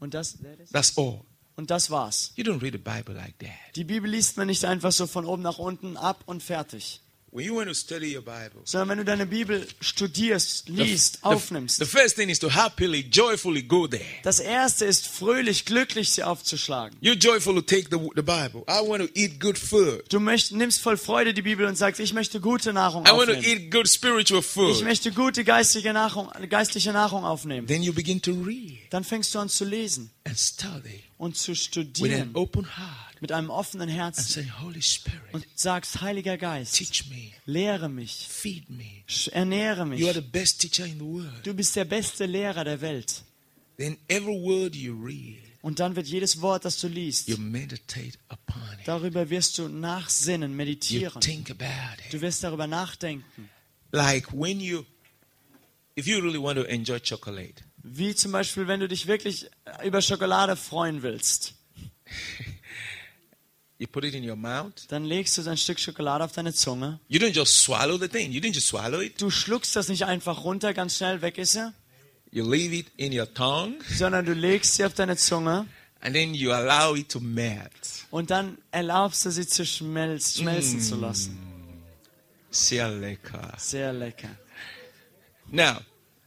Und das,
That's all.
und das war's.
You don't read the Bible like that.
Die Bibel liest man nicht einfach so von oben nach unten ab und fertig,
When you want to study your Bible,
sondern wenn du deine Bibel studierst,
the-
liest,
the-
aufnimmst.
the first thing is to happily, joyfully go there.
Das erste ist fröhlich, glücklich sie aufzuschlagen.
You joyfully take the, the Bible. I want to eat good food.
Du möcht, nimmst voll Freude die Bibel und sagst, ich möchte gute Nahrung
I want to
aufnehmen.
eat good spiritual
Ich
food.
möchte gute geistige Nahrung, geistliche Nahrung aufnehmen.
Then you begin to read
Dann fängst du an zu lesen
and study
und zu
with an
studieren
open heart
mit einem offenen
and
Herzen
say, Holy Spirit,
und sagst, Heiliger Geist,
teach me,
lehre mich,
feed me.
sch- ernähre
You are
mich.
the best teacher in the world.
Du bist der beste Lehrer der Welt.
Then every word you read,
Und dann wird jedes Wort, das du liest,
you meditate upon it.
Darüber wirst du nachsinnen,
You
meditieren.
think about it.
Du wirst darüber nachdenken.
Like when you, if you really want to enjoy chocolate,
Wie zum Beispiel, wenn du dich wirklich äh, über Schokolade freuen willst,
you put it in your mouth.
dann legst du ein Stück Schokolade auf deine Zunge.
You don't just swallow the thing. You didn't just swallow it.
Du schluckst das nicht einfach runter, ganz schnell weg ist er,
You leave it in your tongue.
sondern du legst sie auf deine Zunge
and then you allow it to melt.
und dann erlaubst du sie zu schmelz, schmelzen zu
Mm.
lassen.
Sehr lecker.
Sehr lecker.
Now,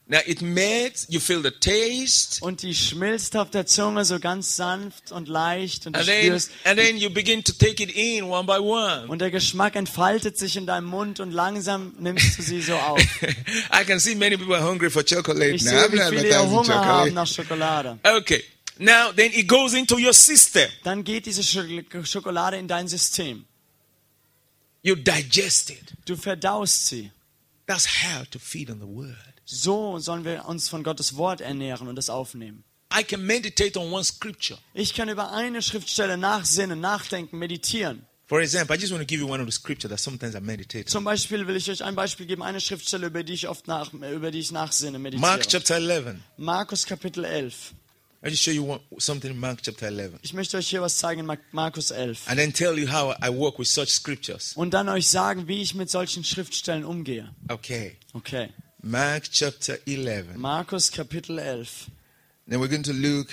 now it melts. You feel the taste,
Und die schmilzt auf der Zunge so ganz sanft und leicht und du
and then
spürst,
and then you begin to take it in one by one.
und der Geschmack entfaltet sich in deinem Mund und langsam nimmst du sie so
(laughs)
auf.
I can see many people are hungry for chocolate
Ich
now.
sehe,
I'm
wie
not
viele ihr
advertising
Hunger haben
chocolate.
nach Schokolade.
Okay. Now then, it goes into your system.
Dann geht diese Schok- Schokolade in dein System.
You digest it.
Du verdaust sie.
That's how to feed on the Word.
So sollen wir uns von Gottes Wort ernähren und es aufnehmen.
I can meditate on one scripture.
Ich kann über eine Schriftstelle nachsinnen, nachdenken, meditieren.
For example, I just want to give you one of the scripture that sometimes I meditate. on.
Zum Beispiel will ich euch ein Beispiel geben, eine Schriftstelle, über die ich oft nach, über die ich nachsinne, meditiere.
Mark chapter 11.
Markus Kapitel 11.
I'll just show you one, something in Mark chapter 11.
Ich möchte euch hier was zeigen in Mar- Markus 11.
and then tell you how I work with such scriptures.
Und dann euch sagen, wie ich mit solchen Schriftstellen umgehe.
Okay.
Okay.
Mark chapter 11.
Markus Kapitel 11.
Then we're going to look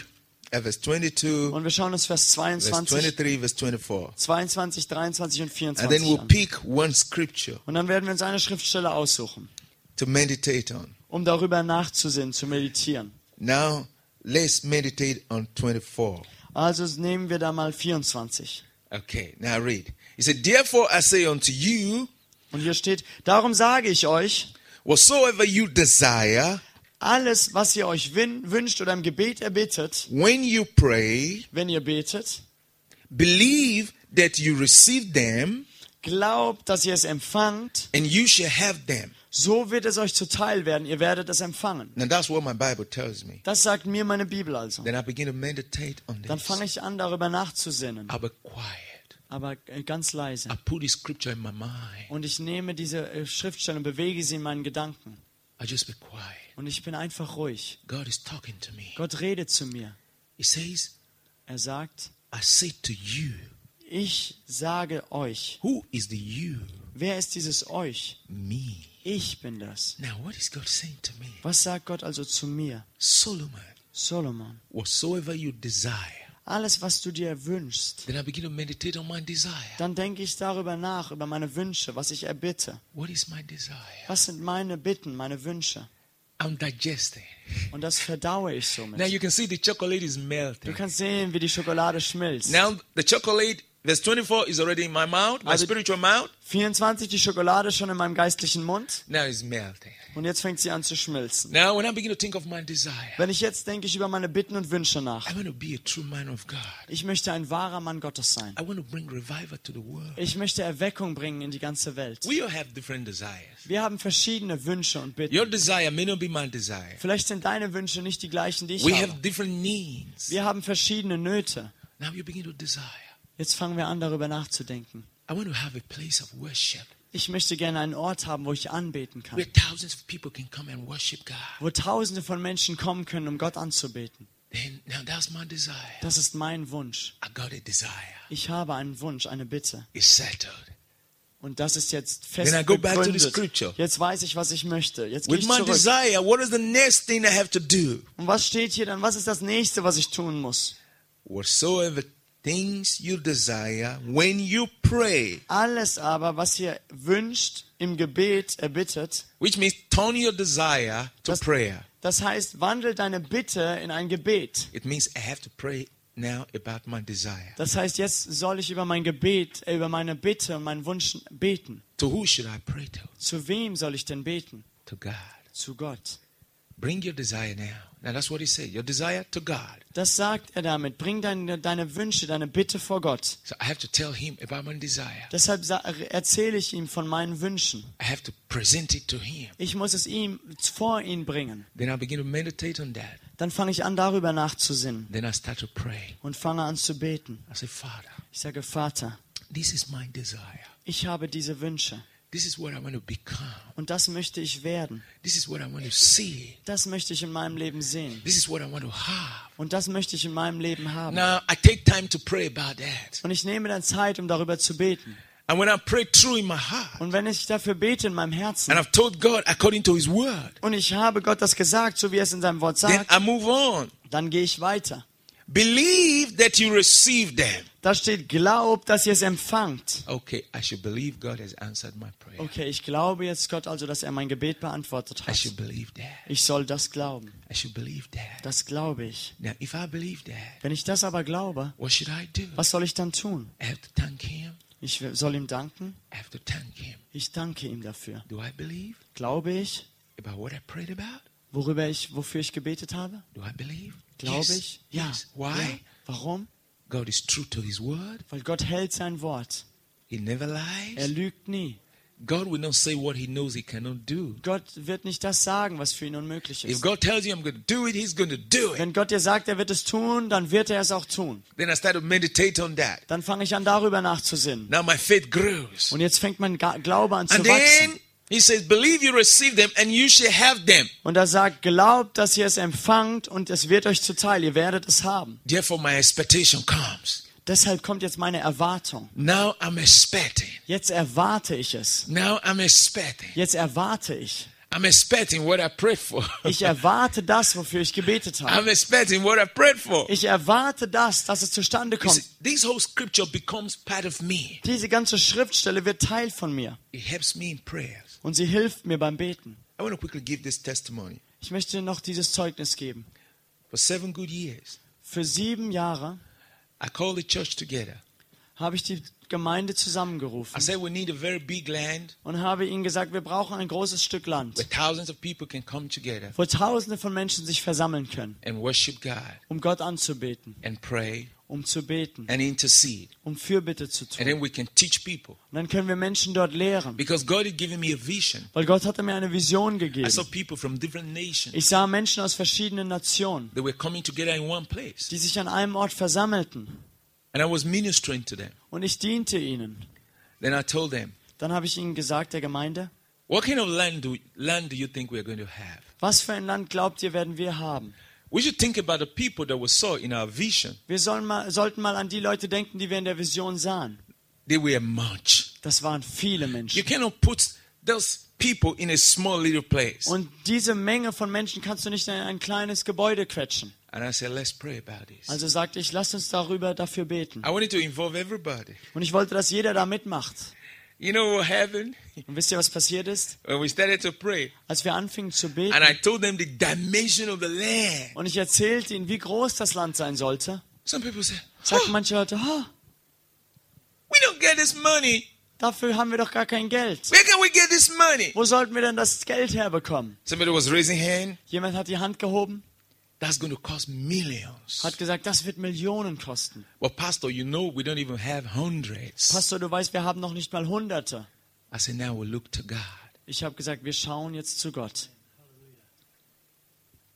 at verse 22,
Und wir schauen uns Vers
verse
22
23, verse 24.
22, 23 und
And then
24
we'll
an.
pick one scripture
Und dann werden wir uns eine Schriftstelle aussuchen,
to meditate on.
um darüber nachzusinnen, zu meditieren.
Now let's meditate on 24.
Also nehmen wir da mal 24.
Okay, now read. He said, Therefore I say unto you,
Und hier steht, darum sage ich euch,
whatsoever you desire,
alles, was ihr euch win wünscht oder im Gebet erbittet,
when you pray,
wenn ihr betet,
believe that you receive them
glaubt, dass ihr es empfangt,
and you shall have them.
so wird es euch zuteil werden, ihr werdet es empfangen.
Now that's what my Bible tells me.
Das sagt mir meine Bibel also.
Then I begin to meditate on
Dann
this.
fange ich an, darüber nachzusinnen,
I'll be quiet.
aber äh, ganz leise.
I put this scripture in my mind.
Und ich nehme diese äh, Schriftstelle und bewege sie in meinen Gedanken.
I just be quiet.
Und ich bin einfach ruhig.
God is talking to me.
Gott redet zu mir.
He says,
Er sagt,
I say to you,
ich sage euch.
who is the you?
Wer ist dieses euch?
Me.
Ich bin das.
Now, what is God saying to me?
Was sagt Gott also zu mir?
Solomon,
Solomon,
whatsoever you desire.
alles, was du dir wünschst,
Then I begin to meditate on my desire.
dann denke ich darüber nach, über meine Wünsche, was ich erbitte.
What is my desire?
Was sind meine Bitten, meine Wünsche?
I'm digesting.
Und das verdaue ich
Now
somit.
you can see the chocolate is
Du
melting.
kannst sehen, wie die Schokolade schmilzt.
Now the chocolate, verse 24, is already in my mouth, my
Also-
spiritual mouth.
24, die Schokolade schon in meinem geistlichen Mund.
Now it's melting.
Und jetzt fängt sie an zu schmilzen.
Now when I begin to think of my desire,
Wenn ich jetzt denke ich über meine Bitten und Wünsche nach.
I want to be a true man of God.
Ich möchte ein wahrer Mann Gottes sein.
I want to bring revival to the world.
Ich möchte Erweckung bringen in die ganze Welt.
We all have different desires.
Wir haben verschiedene Wünsche und Bitten.
Your desire may not be my desire.
Vielleicht sind deine Wünsche nicht die gleichen, die ich
We have
habe.
different needs.
Wir haben verschiedene Nöte.
Now you begin to desire.
Jetzt fangen wir an, darüber nachzudenken.
I want to have a place of worship
Ich möchte gerne einen Ort haben, wo ich anbeten
where
kann.
thousands of people can come and worship God.
Wo Tausende von Menschen kommen können, um Gott anzubeten.
Then now that's my desire.
Das ist mein Wunsch.
I got a desire.
Ich habe einen Wunsch, eine Bitte.
It's settled.
Und das ist jetzt fest
Then I go back to the scripture.
begründet. Jetzt weiß ich, was ich möchte. Jetzt gehe
With
ich
my
zurück.
desire, what is the next thing I have to do?
Und was steht hier dann? Was ist das nächste, was ich tun muss?
Whatsoever things you desire, when you pray,
Alles aber, was ihr wünscht, im Gebet erbittet,
which means turn your desire to
That's-
prayer.
das heißt, wandel deine Bitte in ein Gebet.
It means I have to pray now about my desire.
Das heißt, jetzt soll ich über mein Gebet, äh, über meine Bitte und meinen Wunsch beten.
To who should I pray to?
Zu wem soll ich denn beten?
To God.
Zu Gott.
Bring your desire now. Now that's what he said. Your desire to God.
Das sagt er damit. Bring deine, deine Wünsche, deine Bitte vor Gott.
So I have to tell him about my desire.
Deshalb sa- erzähle ich ihm von meinen Wünschen.
I have to present it to him.
Ich muss es ihm vor ihn bringen.
Then I begin to meditate on that.
Dann fange ich an, darüber nachzusinnen
Then I start to pray.
und fange an zu beten.
I say, Father,
Ich sage, Vater,
this is my desire.
Ich habe diese Wünsche
This is what I want to become.
und das möchte ich werden.
This is what I want to see.
Das möchte ich in meinem Leben sehen
This is what I want to have.
und das möchte ich in meinem Leben haben.
Now I take time to pray about that.
Und ich nehme dann Zeit, um darüber zu beten.
And when I pray true in my heart,
Und wenn ich dafür bete in meinem Herzen
and I've told God according to his word,
und ich habe Gott das gesagt, so wie er es in seinem Wort
then
sagt,
I move on.
dann gehe ich weiter.
Believe that you receive them.
Da steht, glaubt, dass ihr es empfangt.
Okay, I should believe God has answered my prayer.
Okay, ich glaube jetzt Gott also, dass er mein Gebet beantwortet
I
hat.
should believe that.
Ich soll das glauben.
I should believe that.
Das glaube ich.
Now, if I believe that,
Wenn ich das aber glaube,
what should I do?
was soll ich dann tun?
I have to thank Him.
Ich soll ihm danken?
I have to thank Him.
Ich danke ihm dafür.
Do I believe
Glaube ich?
about what I prayed about?
worüber ich, wofür ich gebetet habe?
Do I believe?
Glaube
yes.
ich? Ja.
Yes. Why?
Ja. Warum?
God is true to His word.
Weil Gott hält sein Wort.
He never
Er
lies.
lügt nie.
God will not say what He knows He cannot do.
Gott wird nicht das sagen, was für ihn unmöglich
If
ist.
God tells you I'm going to do it, He's going to do it.
Wenn Gott dir sagt, er wird es tun, dann wird er es auch tun.
Then I start to meditate on that.
Dann fange ich an, darüber nachzusinnen.
Now my faith grows.
Und jetzt fängt mein Ga- Glaube an zu
And then
wachsen.
He says, Believe you receive them and you shall have them.
Und er sagt, glaubt, dass ihr es empfangt und es wird euch zuteil. Ihr werdet es haben.
Therefore, my expectation comes.
Deshalb kommt jetzt meine Erwartung.
Now I'm expecting.
Jetzt erwarte ich es.
Now I'm expecting.
Jetzt erwarte ich.
I'm expecting what I prayed for.
Ich erwarte das, wofür ich gebetet
(laughs)
habe.
I'm expecting what I prayed for.
Ich erwarte das, dass es zustande
You
kommt.
see, this whole scripture becomes part of me.
Diese ganze Schriftstelle wird Teil von mir
It helps me in prayers.
und sie hilft mir beim Beten.
I want to quickly give this testimony.
Ich möchte noch dieses Zeugnis geben.
For seven good years,
Für sieben Jahre
I called the church together.
habe ich die Gemeinde
I
zusammengerufen
said, We need a very big land
und habe ihnen gesagt, wir brauchen ein großes Stück
where
Land,
thousands of people can come together
wo Tausende von Menschen sich versammeln können,
and worship God
um Gott anzubeten,
and pray
um zu beten,
and intercede.
um Fürbitte zu tun.
And then we can teach people.
Und dann können wir Menschen dort lehren,
Because God had given me a vision.
weil Gott hatte mir eine Vision
I saw
gegeben.
people from different nations.
Ich sah Menschen aus verschiedenen Nationen,
They were coming together in one place.
die sich an einem Ort versammelten
And I was ministering to them.
und ich diente ihnen.
Then I told them,
Dann habe ich ihnen gesagt, der Gemeinde,
What kind of land do, land do you think we're going to have?
was für ein Land glaubt ihr, werden wir haben?
We should think about the people that we saw in our vision.
Wir sollen mal, sollten mal an die Leute denken, die wir in der Vision sahen.
They were much.
Das waren viele
You
Menschen.
cannot put those people in a small little place.
Und diese Menge von Menschen kannst du nicht in ein kleines Gebäude quetschen.
And I said, Let's pray about this.
Also sagte ich, lasst uns darüber dafür beten.
I wanted to involve everybody.
Und ich wollte, dass jeder da mitmacht.
You know what happened? (laughs)
Und wisst ihr, was passiert ist?
When we started to pray,
Als wir anfingen zu
and
beten
I told them the dimension of the land.
und ich erzählte ihnen, wie groß das Land sein sollte,
Some people said,
sagten
"Oh,
manche Leute, "Ha,
We don't get this money.
dafür haben wir doch gar kein Geld.
Where can we get this money?
Wo sollten wir denn das Geld herbekommen?
Somebody was raising hand.
Jemand hat die Hand gehoben,
That's going to cost millions.
hat gesagt, das wird Millionen kosten.
Well, Pastor, you know we don't even have hundreds.
Pastor, du weißt, wir haben noch nicht mal Hunderte.
I said, now we look to God.
Ich habe gesagt, wir schauen jetzt zu Gott.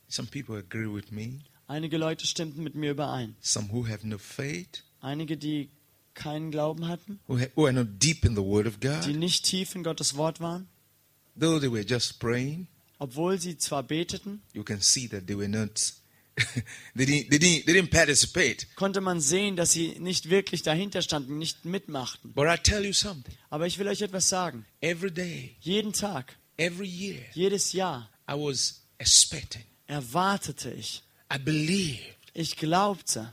Some people agree with me.
Einige Leute stimmten mit mir überein.
Some who have no faith,
Einige, die keinen Glauben hatten,
who, ha- who are not deep in the Word of
die
God,
nicht tief in Gottes Wort waren,
though they were just praying.
obwohl sie zwar beteten,
You can see that they were not. (laughs) they didn't. They didn't. They didn't participate.
konnte man sehen, dass sie nicht wirklich dahinter standen, nicht mitmachten.
But I tell you something.
Aber ich will euch etwas sagen.
Every day,
Jeden Tag,
every year,
jedes Jahr
I was expecting.
erwartete ich,
I believed.
ich glaubte,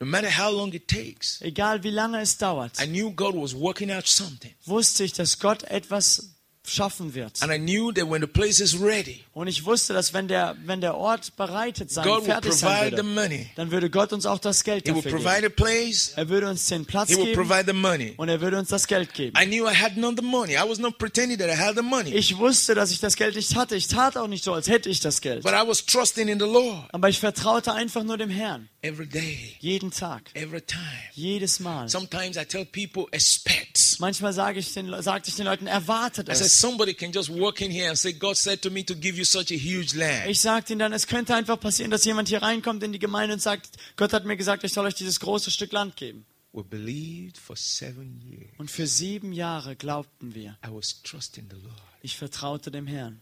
No matter how long it takes,
egal wie lange es dauert,
I knew God was working out something.
wusste ich, dass Gott etwas schaffen wird.
And I knew that when the place is ready,
Und ich wusste, dass wenn der, wenn der Ort bereitet sein,
God will
fertig sein
provide the
würde,
money.
dann würde Gott uns auch das Geld
He will
dafür
provide
geben.
a place.
Er würde uns den Platz
He will
geben
provide the money.
und er würde uns das Geld geben.
I knew I had not the money. I was not pretending that I had the money.
Ich wusste, dass ich das Geld nicht hatte. Ich tat auch nicht so, als hätte ich das Geld.
But I was trusting in the Lord
Aber ich vertraute einfach nur dem Herrn.
every day,
Jeden Tag.
every time.
Jedes Mal.
Sometimes I tell people, expect.
Manchmal sage ich den, sagte ich den Leuten, erwartet
I said,
es.
somebody can just walk in here and say, God said to me to give you such a huge land.
Ich sagte ihnen dann, es könnte einfach passieren, dass jemand hier reinkommt in die Gemeinde und sagt, Gott hat mir gesagt, ich soll euch dieses große Stück Land geben.
We believed for seven years.
Und für sieben Jahre glaubten wir.
I was trusting the Lord.
Ich vertraute dem Herrn.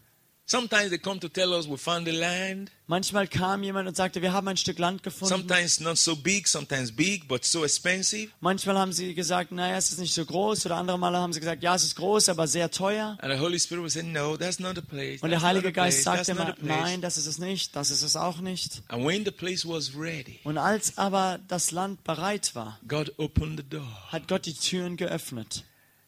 Sometimes they come to tell us we found the land.
Manchmal kam jemand und sagte, wir haben ein Stück Land gefunden.
Sometimes not so big, sometimes big, but so expensive.
Manchmal haben sie gesagt, naja, es ist nicht so groß. Oder andere Male haben sie gesagt, ja, es ist groß, aber sehr teuer.
And the Holy Spirit will say, No, that's not the place.
Und der
that's not
Heilige
the place,
Geist sagt
that's not
immer,
the place."
nein, das ist es nicht, das ist es auch nicht.
And when the place was ready,
Und als aber das Land bereit war,
God opened the door.
hat Gott die Türen geöffnet.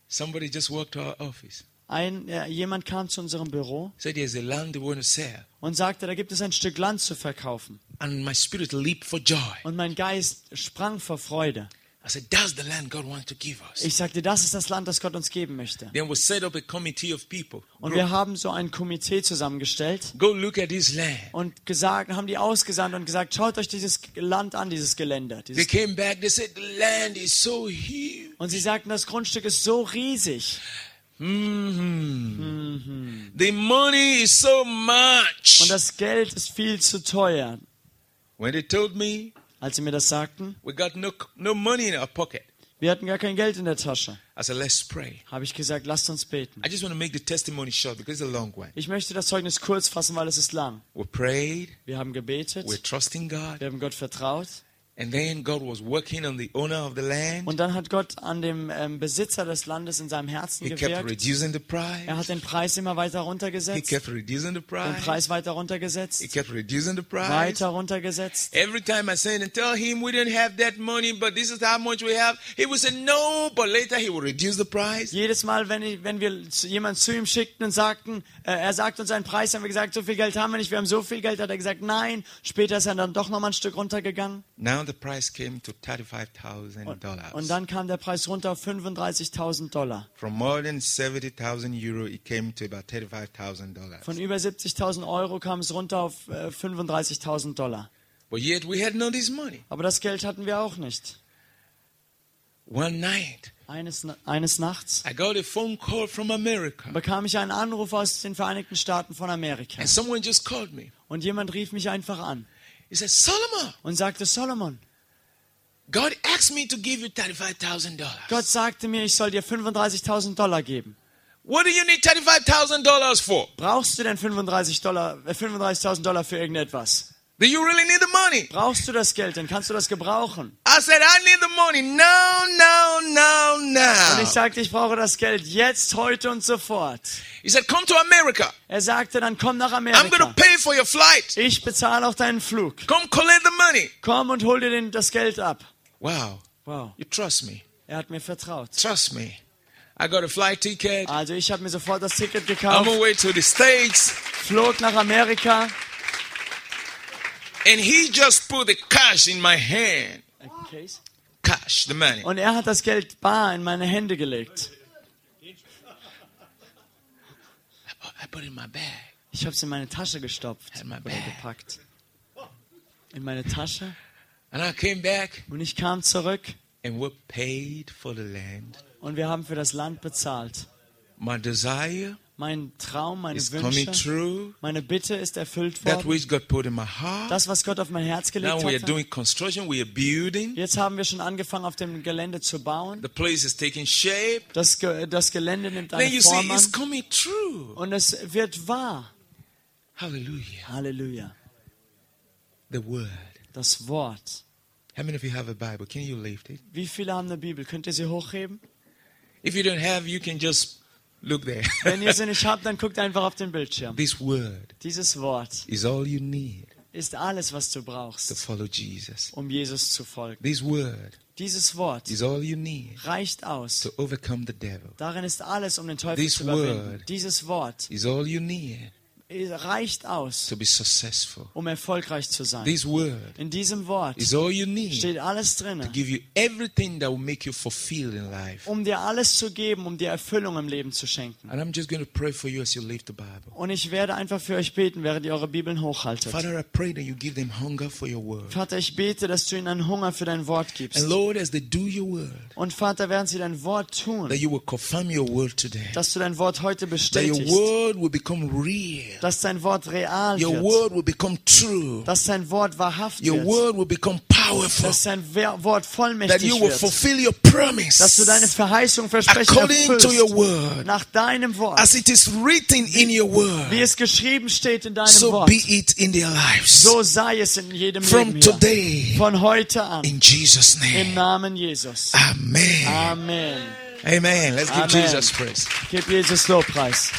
Somebody just walked to our office,
Ein, äh, jemand kam zu unserem Büro
said, There's a land they want to sell.
und sagte, da gibt es ein Stück Land zu verkaufen.
And my spirit leaped for joy.
Und mein Geist sprang vor Freude.
I said, That's the land God wants to give us.
Ich sagte, das ist das Land, das Gott uns geben möchte.
Then we set up a committee of people.
Und
Group.
wir haben so ein Komitee zusammengestellt
Go look at this land.
und gesagt, haben die ausgesandt und gesagt, schaut euch dieses Land an, dieses Geländer.
They
Dieses
came back, they said, The land is so huge.
und sie sagten, das Grundstück ist so riesig
hmm
Mm-hmm.
The money is so much.
und das Geld ist viel zu teuer.
When they told me
Als sie mir das sagten,
we got no, no money in our pocket,
wir hatten gar kein Geld in der Tasche,
I said, let's pray.
habe ich gesagt, lasst uns beten.
I just want to make the testimony short because it's a long one.
Ich möchte das Zeugnis kurz fassen, weil es ist lang.
We prayed,
Wir haben gebetet,
we're trusting
wir
God,
haben Gott vertraut
And then God was working on the owner of the land.
Und dann hat Gott an dem ähm, Besitzer des Landes in seinem Herzen
He kept
gewirkt.
reducing the price.
Er hat den Preis immer weiter
He
runtergesetzt,
kept reducing the
den
price.
Preis weiter
He
runtergesetzt,
kept reducing the price.
weiter runtergesetzt.
Every time I said and tell him we didn't have that money, but this is how much we have, he would say no, but later he would reduce the price.
Jedes Mal, wenn, ich, wenn wir zu- jemanden zu ihm schickten und sagten, äh, er sagt uns einen Preis, haben wir gesagt, so viel Geld haben wir nicht, wir haben so viel Geld, hat er gesagt, nein. Später ist er dann doch nochmal ein Stück runtergegangen
Now the price came to
und,
$35,000.
und dann kam der Preis runter auf 35.000 Dollar.
From more than 70,000 euro, it came to about $35,000.
Von über 70.000 Euro kam es runter auf äh, 35.000 Dollar.
But yet we had not this money.
Aber das Geld hatten wir auch nicht.
One night,
Eines, Na- eines Nachts
I got a phone call from America.
bekam ich einen Anruf aus den Vereinigten Staaten von Amerika.
And someone just called me.
Und jemand rief mich einfach an
He said, Solomon,
und sagte, Solomon,
God asked me to give you $35,000.
Gott sagte mir, ich soll dir 35.000 Dollar geben.
What do you need $35,000 for?
Brauchst du denn 35 Dollar, äh, 35.000 Dollar für irgendetwas?
Do you really need the money?
Brauchst du das Geld, dann kannst du das gebrauchen.
I said, I need the money now, now, now,
Und ich
now.
sagte, ich brauche das Geld jetzt, heute und sofort.
He said, Come to America.
Er sagte, dann komm nach
I'm going
Amerika.
to pay for your flight.
Ich bezahle auch deinen Flug.
Come collect the money.
Komm und hol dir den, das Geld ab.
Wow.
Wow,
You trust me.
er hat mir vertraut.
Trust me. I got a flight ticket.
Also ich habe mir sofort das Ticket
I'm
gekauft,
away to the States.
flog nach Amerika.
And he just put the cash in my hand. Cash, the money.
Und er hat das Geld bar in meine Hände gelegt.
I put it in my bag.
Ich habe es in meine Tasche gestopft
In my
oder
bag.
gepackt. In meine Tasche.
And I came back
Und ich kam zurück
and we paid for the land.
und wir haben für das Land bezahlt.
My desire
Mein Traum, meine
is coming
Wünsche,
true.
meine Bitte ist erfüllt
That
worden.
which God put in my heart.
Das, was Gott auf mein Herz gelegt
Now we are
hat.
doing construction, we are building.
Jetzt haben wir schon angefangen, auf dem Gelände zu bauen.
The place is taking shape.
Das, Ge das Gelände nimmt
Then
eine
you see,
Form
it's
an
coming true.
und es wird wahr.
Hallelujah.
Halleluja.
The word.
Das Wort.
How many of you have a Bible? Can you lift it?
Wie viele haben eine Bibel? Könnt ihr sie hochheben?
If you don't have, you can just look there.
Wenn ihr sie nicht habt, dann guckt einfach auf den
(laughs)
Bildschirm.
this word
Dieses Wort
is all you need
ist alles, was du
to
brauchst,
follow Jesus.
um Jesus zu folgen.
This word
Dieses Wort
is all you need
reicht aus.
to overcome the devil.
Darin ist alles, um den Teufel
This
zu überwinden.
word
Dieses Wort
Is all you need
reicht aus,
to be successful.
um erfolgreich zu sein.
This word
In diesem Wort
is all you need
steht alles
to
drin,
give you everything that will make you fulfilled in life.
um dir alles zu geben, um dir Erfüllung im Leben zu schenken.
And I'm just going to pray for you as you leave the Bible.
Und ich werde einfach für euch beten, während ihr eure Bibeln hochhaltet.
Father, I pray that you give them hunger for your word.
Vater, ich bete, dass du ihnen einen Hunger für dein Wort gibst.
And Lord, as they do your word,
Und Vater, während sie dein Wort
that
tun,
you will confirm your word today.
dass du dein Wort heute
That your
bestätigst,
word will become real.
dass dein Wort real
Your
wird,
word will become true.
dass dein Wort wahrhaft
Your
wird,
word will become powerful.
dass dein Wer- Wort
That you
vollmächtig
will
wird,
fulfill your
dass du deine
promise
Verheißung, Versprechen
according to your
erfüllst,
word,
nach deinem Wort,
as it is written in your word.
wie es geschrieben steht in deinem
So
Wort.
be it in their lives.
So sei es in jedem
From
Leben hier.
today,
Von heute an,
in Jesus'
im
name.
Namen Jesus.
Amen.
Amen.
Amen. Let's give
Amen.
Jesus praise.
Gib Jesus Lobpreis.